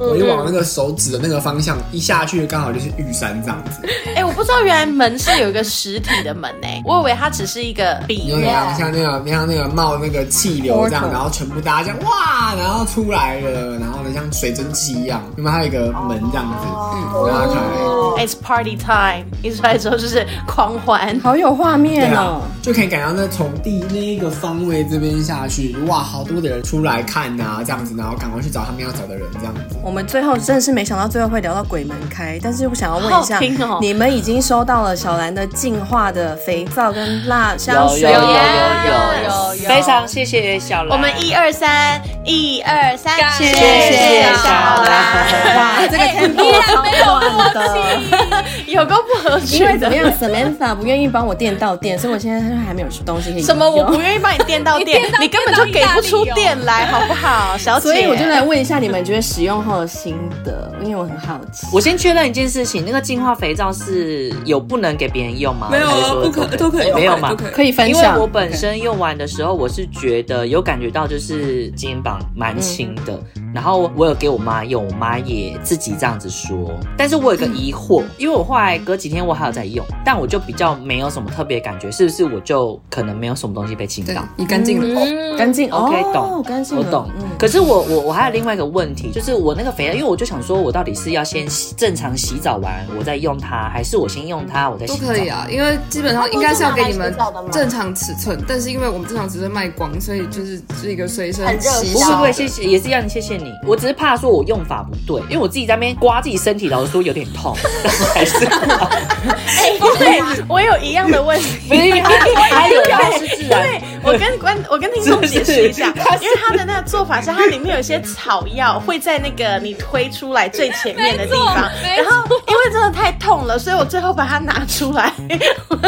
我一往那个手指的那个方向一下去，刚好就是玉山这样子。
哎、我不知道原来门是有一个实体的门哎、我以为它只是一个
你
笔
有。点像那个，像那个冒那个气流这样，然后全部大家这样哇，然后出来了，然后呢像水蒸气一样，那么它有一个门这样子，嗯，拉开。
It's party time！一出来之后就是狂 欢。
好有画
对
面哦、，
啊就可以感到那从地那一个方位这边下去，哇，好多的人出来看呐、这样子，然后赶快去找他们要找的人，这样子。
我们最后真的是没想到最后会聊到鬼门开，但是我想要问一下，
好听哦
你们已经收到了小兰的净化的肥皂跟蜡香
有有
水
有有
吗
有有，非常谢谢小兰。
我们一二三，一二三，
感谢
谢
小
兰。
哇，这个 tempo 超乱的，
有个不合
因为
群
怎
的
么。样，Samantha 不愿意帮我垫到垫，所以我现在还没有东西可以
什么？
用
我不愿意帮你垫到
你
店
垫，到
你根本就给不出店来，好不好，小姐？
所以我就来问一下你们觉得使用后的心得，因为我很好奇。
我先确认一件事情，那个净化肥皂是有不能给别人用吗？
没有
还是
啊，
说
不可都可以，
没有嘛
都。可以。
可以分
因为
享
我
嗯
本身用完的时候，我是觉得有感觉到就是肩膀蛮轻的，然后我有给我妈用，我妈也自己这样子说。但是我有个疑惑，因为我后来隔几天我还有在用，但我就比较没有什么特别感觉，是不是我就可能没有什么东西被侵
对
到？，
你干净了。
嗯，
干净
OK，
哦
懂
干净
我
了，
懂，
嗯
可是我我我还有另外一个问题，就是我那个肥皂，因为我就想说，我到底是要先洗正常洗澡完我再用它，还是我先用它我再
都
洗澡？
可以啊，因为基本上应该是要给你们
它不是拿来洗澡的吗
正常尺寸，但是因为我们正常尺寸卖光，所以就是是一个随身
很热
洗
不会
销
手
不会，谢谢，也是一样，谢谢你。我只是怕说我用法不对，因为我自己在那边刮自己身体，老实说有点痛， 但是还是刮
对，我有一样的问题。
不 是因为它还有它是自然
对，我跟观我跟听众解释一下，因为它的那个做法是它里面有一些草药会在那个你推出来最前面的地方，
没错没错
然后因为真的太痛了，所以我最后把它拿出来，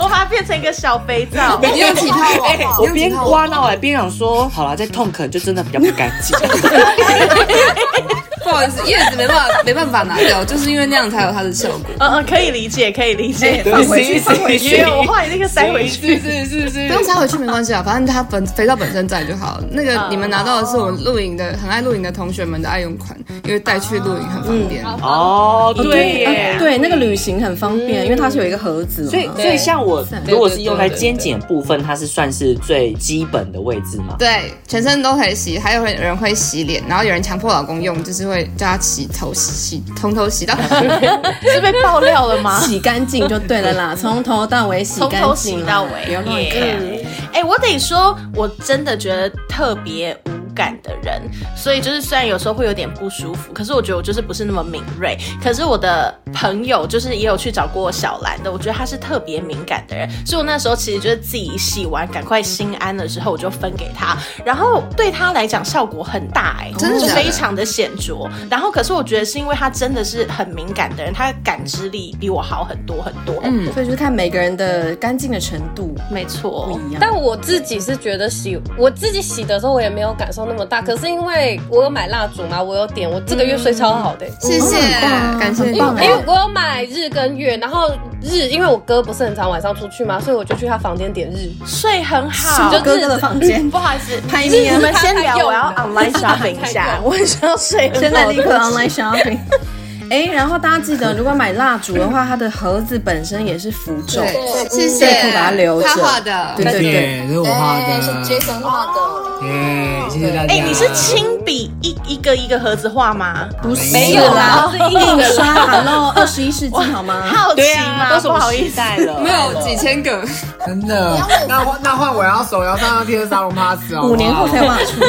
我把它变成一个小肥皂。
你用几套啊？
哎我
你用几
边
套啊
刮到还边想说，好啦，再痛可能就真的比较不干 净。
不好意思，叶子没办法没办法拿掉， 就是因为那样才有它的效果。
嗯嗯，可以理解，可以理解。
对
放回去，
行
放回去，
行
我后来那个塞回去。
是是是
不用塞回去没关系啊，反正它本肥皂本身在就好。那
啊
个你们拿到的是我们露营的很爱露营的同学们的爱用款，因为带去露营很方
嗯
便。
哦，对耶
啊。对，那个旅行很方便，因为它是有一个盒子嘛，
所以，所以像我如果是用在肩颈部分，它是算是最基本的位置嘛？
对，全身都可以洗，还有人会洗脸，然后有人强迫老公用，就是会叫他洗头、洗洗从 头洗到
啊
是被爆料了吗？
洗干净就对了啦，从头到尾洗
从
干
头
净
洗
啦
到尾，
不要乱看。
耶哎、我得说，我真的觉得特别无感的人，所以就是虽然有时候会有点不舒服，可是我觉得我就是不是那么敏锐。可是我的朋友就是也有去找过小兰的，我觉得她是特别敏感的人，所以我那时候其实就是自己洗完，赶快心安了之后，我就分给她，然后对她来讲效果很大、哎，
真的
就
假的
非常的显著。然后可是我觉得是因为她真的是很敏感的人，她的感知力比我好很多很多。嗯，
所以就是看每个人的干净的程度
没错，
不一样。
但我自己是觉得洗，我自己洗的时候我也没有感受那么大，可是因为我有买蜡烛嘛，我有点，我这个月睡超好的、欸
谢谢，感谢
很
你。
棒
啊
因为我有买日跟月，然后日因为我哥不是很常晚上出去嘛，所以我就去他房间点日。
睡很好，
就哥哥的房间
不好意思，
拍
你
面
们先聊，我要
他才用
online shopping 一
他才
下，
用
我需要睡很好的
现在立刻 online shopping。哎，然后大家记得，如果买蜡烛的话，它的盒子本身也是符咒。
对，谢谢，
可以把它留着
他画的，
对对对，
对，这是我画
哎，是
的，
Jason 画的，
耶，谢谢大家。
哎、你是亲笔一一个一个盒子画吗？
不是
没有
啦
啦，
是印刷。Hello，二 十一世纪好吗？
好奇
对
吗？
啊，都什
不好
么
意
时
思，
代 了？
没有几千个，
真的？那换那换我要手摇上要贴沙龙 pass 哦，
五年后才画出，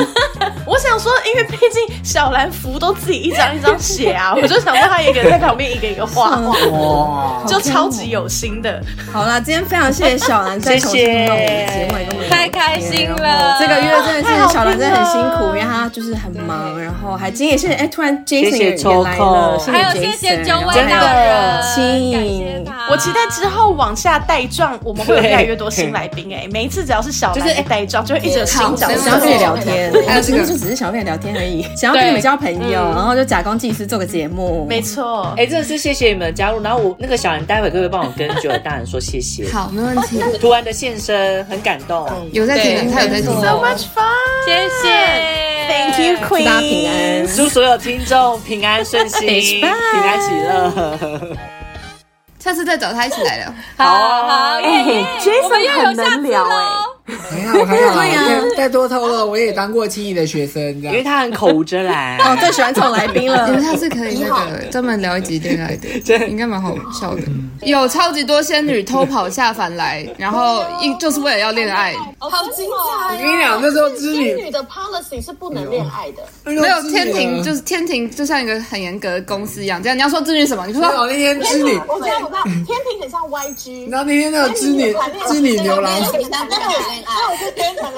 我想说，因为毕竟小兰服都自己一张一张写啊，我就想说她一个人在旁边一个一个画，
哇，
就超级有心的。
好啦，今天非常谢谢小兰在
谢
重新
谢
弄我们的节目，也跟我们聊
太开心了，
这个月真的
太
是
好听
小兰真的很辛苦，因
了
为她就是很忙，然后还今天也是哎，突然 Jason
谢
也
谢
也来了，
抽空
谢
还有谢谢
Jason，
九位
真的
大人，
亲
感谢他，
我期待之后往下带状，我们会有越来越多新来宾哎、每一次只要是小兰
就是
一带状，就会一直有新
好
角
想要
色
跟。你聊天，我
还
们
有这
今
个
天就只是想要跟你聊天而已，想要跟你们交朋友，然后就假公济私做个节目，
没错，
哎、真的是谢谢你们的加入。然后我那个小兰，待会可不可以帮我跟九尾大人说谢谢？
好，没问题。
突然的现身，很感动。
有在听，他有在听。
so much fun。
谢谢
Thank you,
祝
Queen。
大家平安。
祝所有听众平安顺心，平安喜乐。
下次再找他一起来聊。
好
啊
好耶耶，我们
哎 Jason
又有
很
下次
能聊哎、
喽。
还好还好，再再多透露，我也当过青你的学生，这
因为
样。
他很口无遮拦。
哦， 最喜欢这种来宾了
你。们下次嗯可以那个专门聊一集恋爱 的，应该蛮好笑的。有超级多仙女偷跑下凡来，然后一就是为了要恋爱，
好精彩！
我跟你讲那时候织女
仙女的 policy 是不能恋爱的，
没
没有天庭就是天庭，就像一个很严格的公司一样。这样你要说织女什么，你就
没有
说
那天织女，
我知道，我知道，天平很像 YG，
然后那天那个织女织女牛郎
那我是天堂的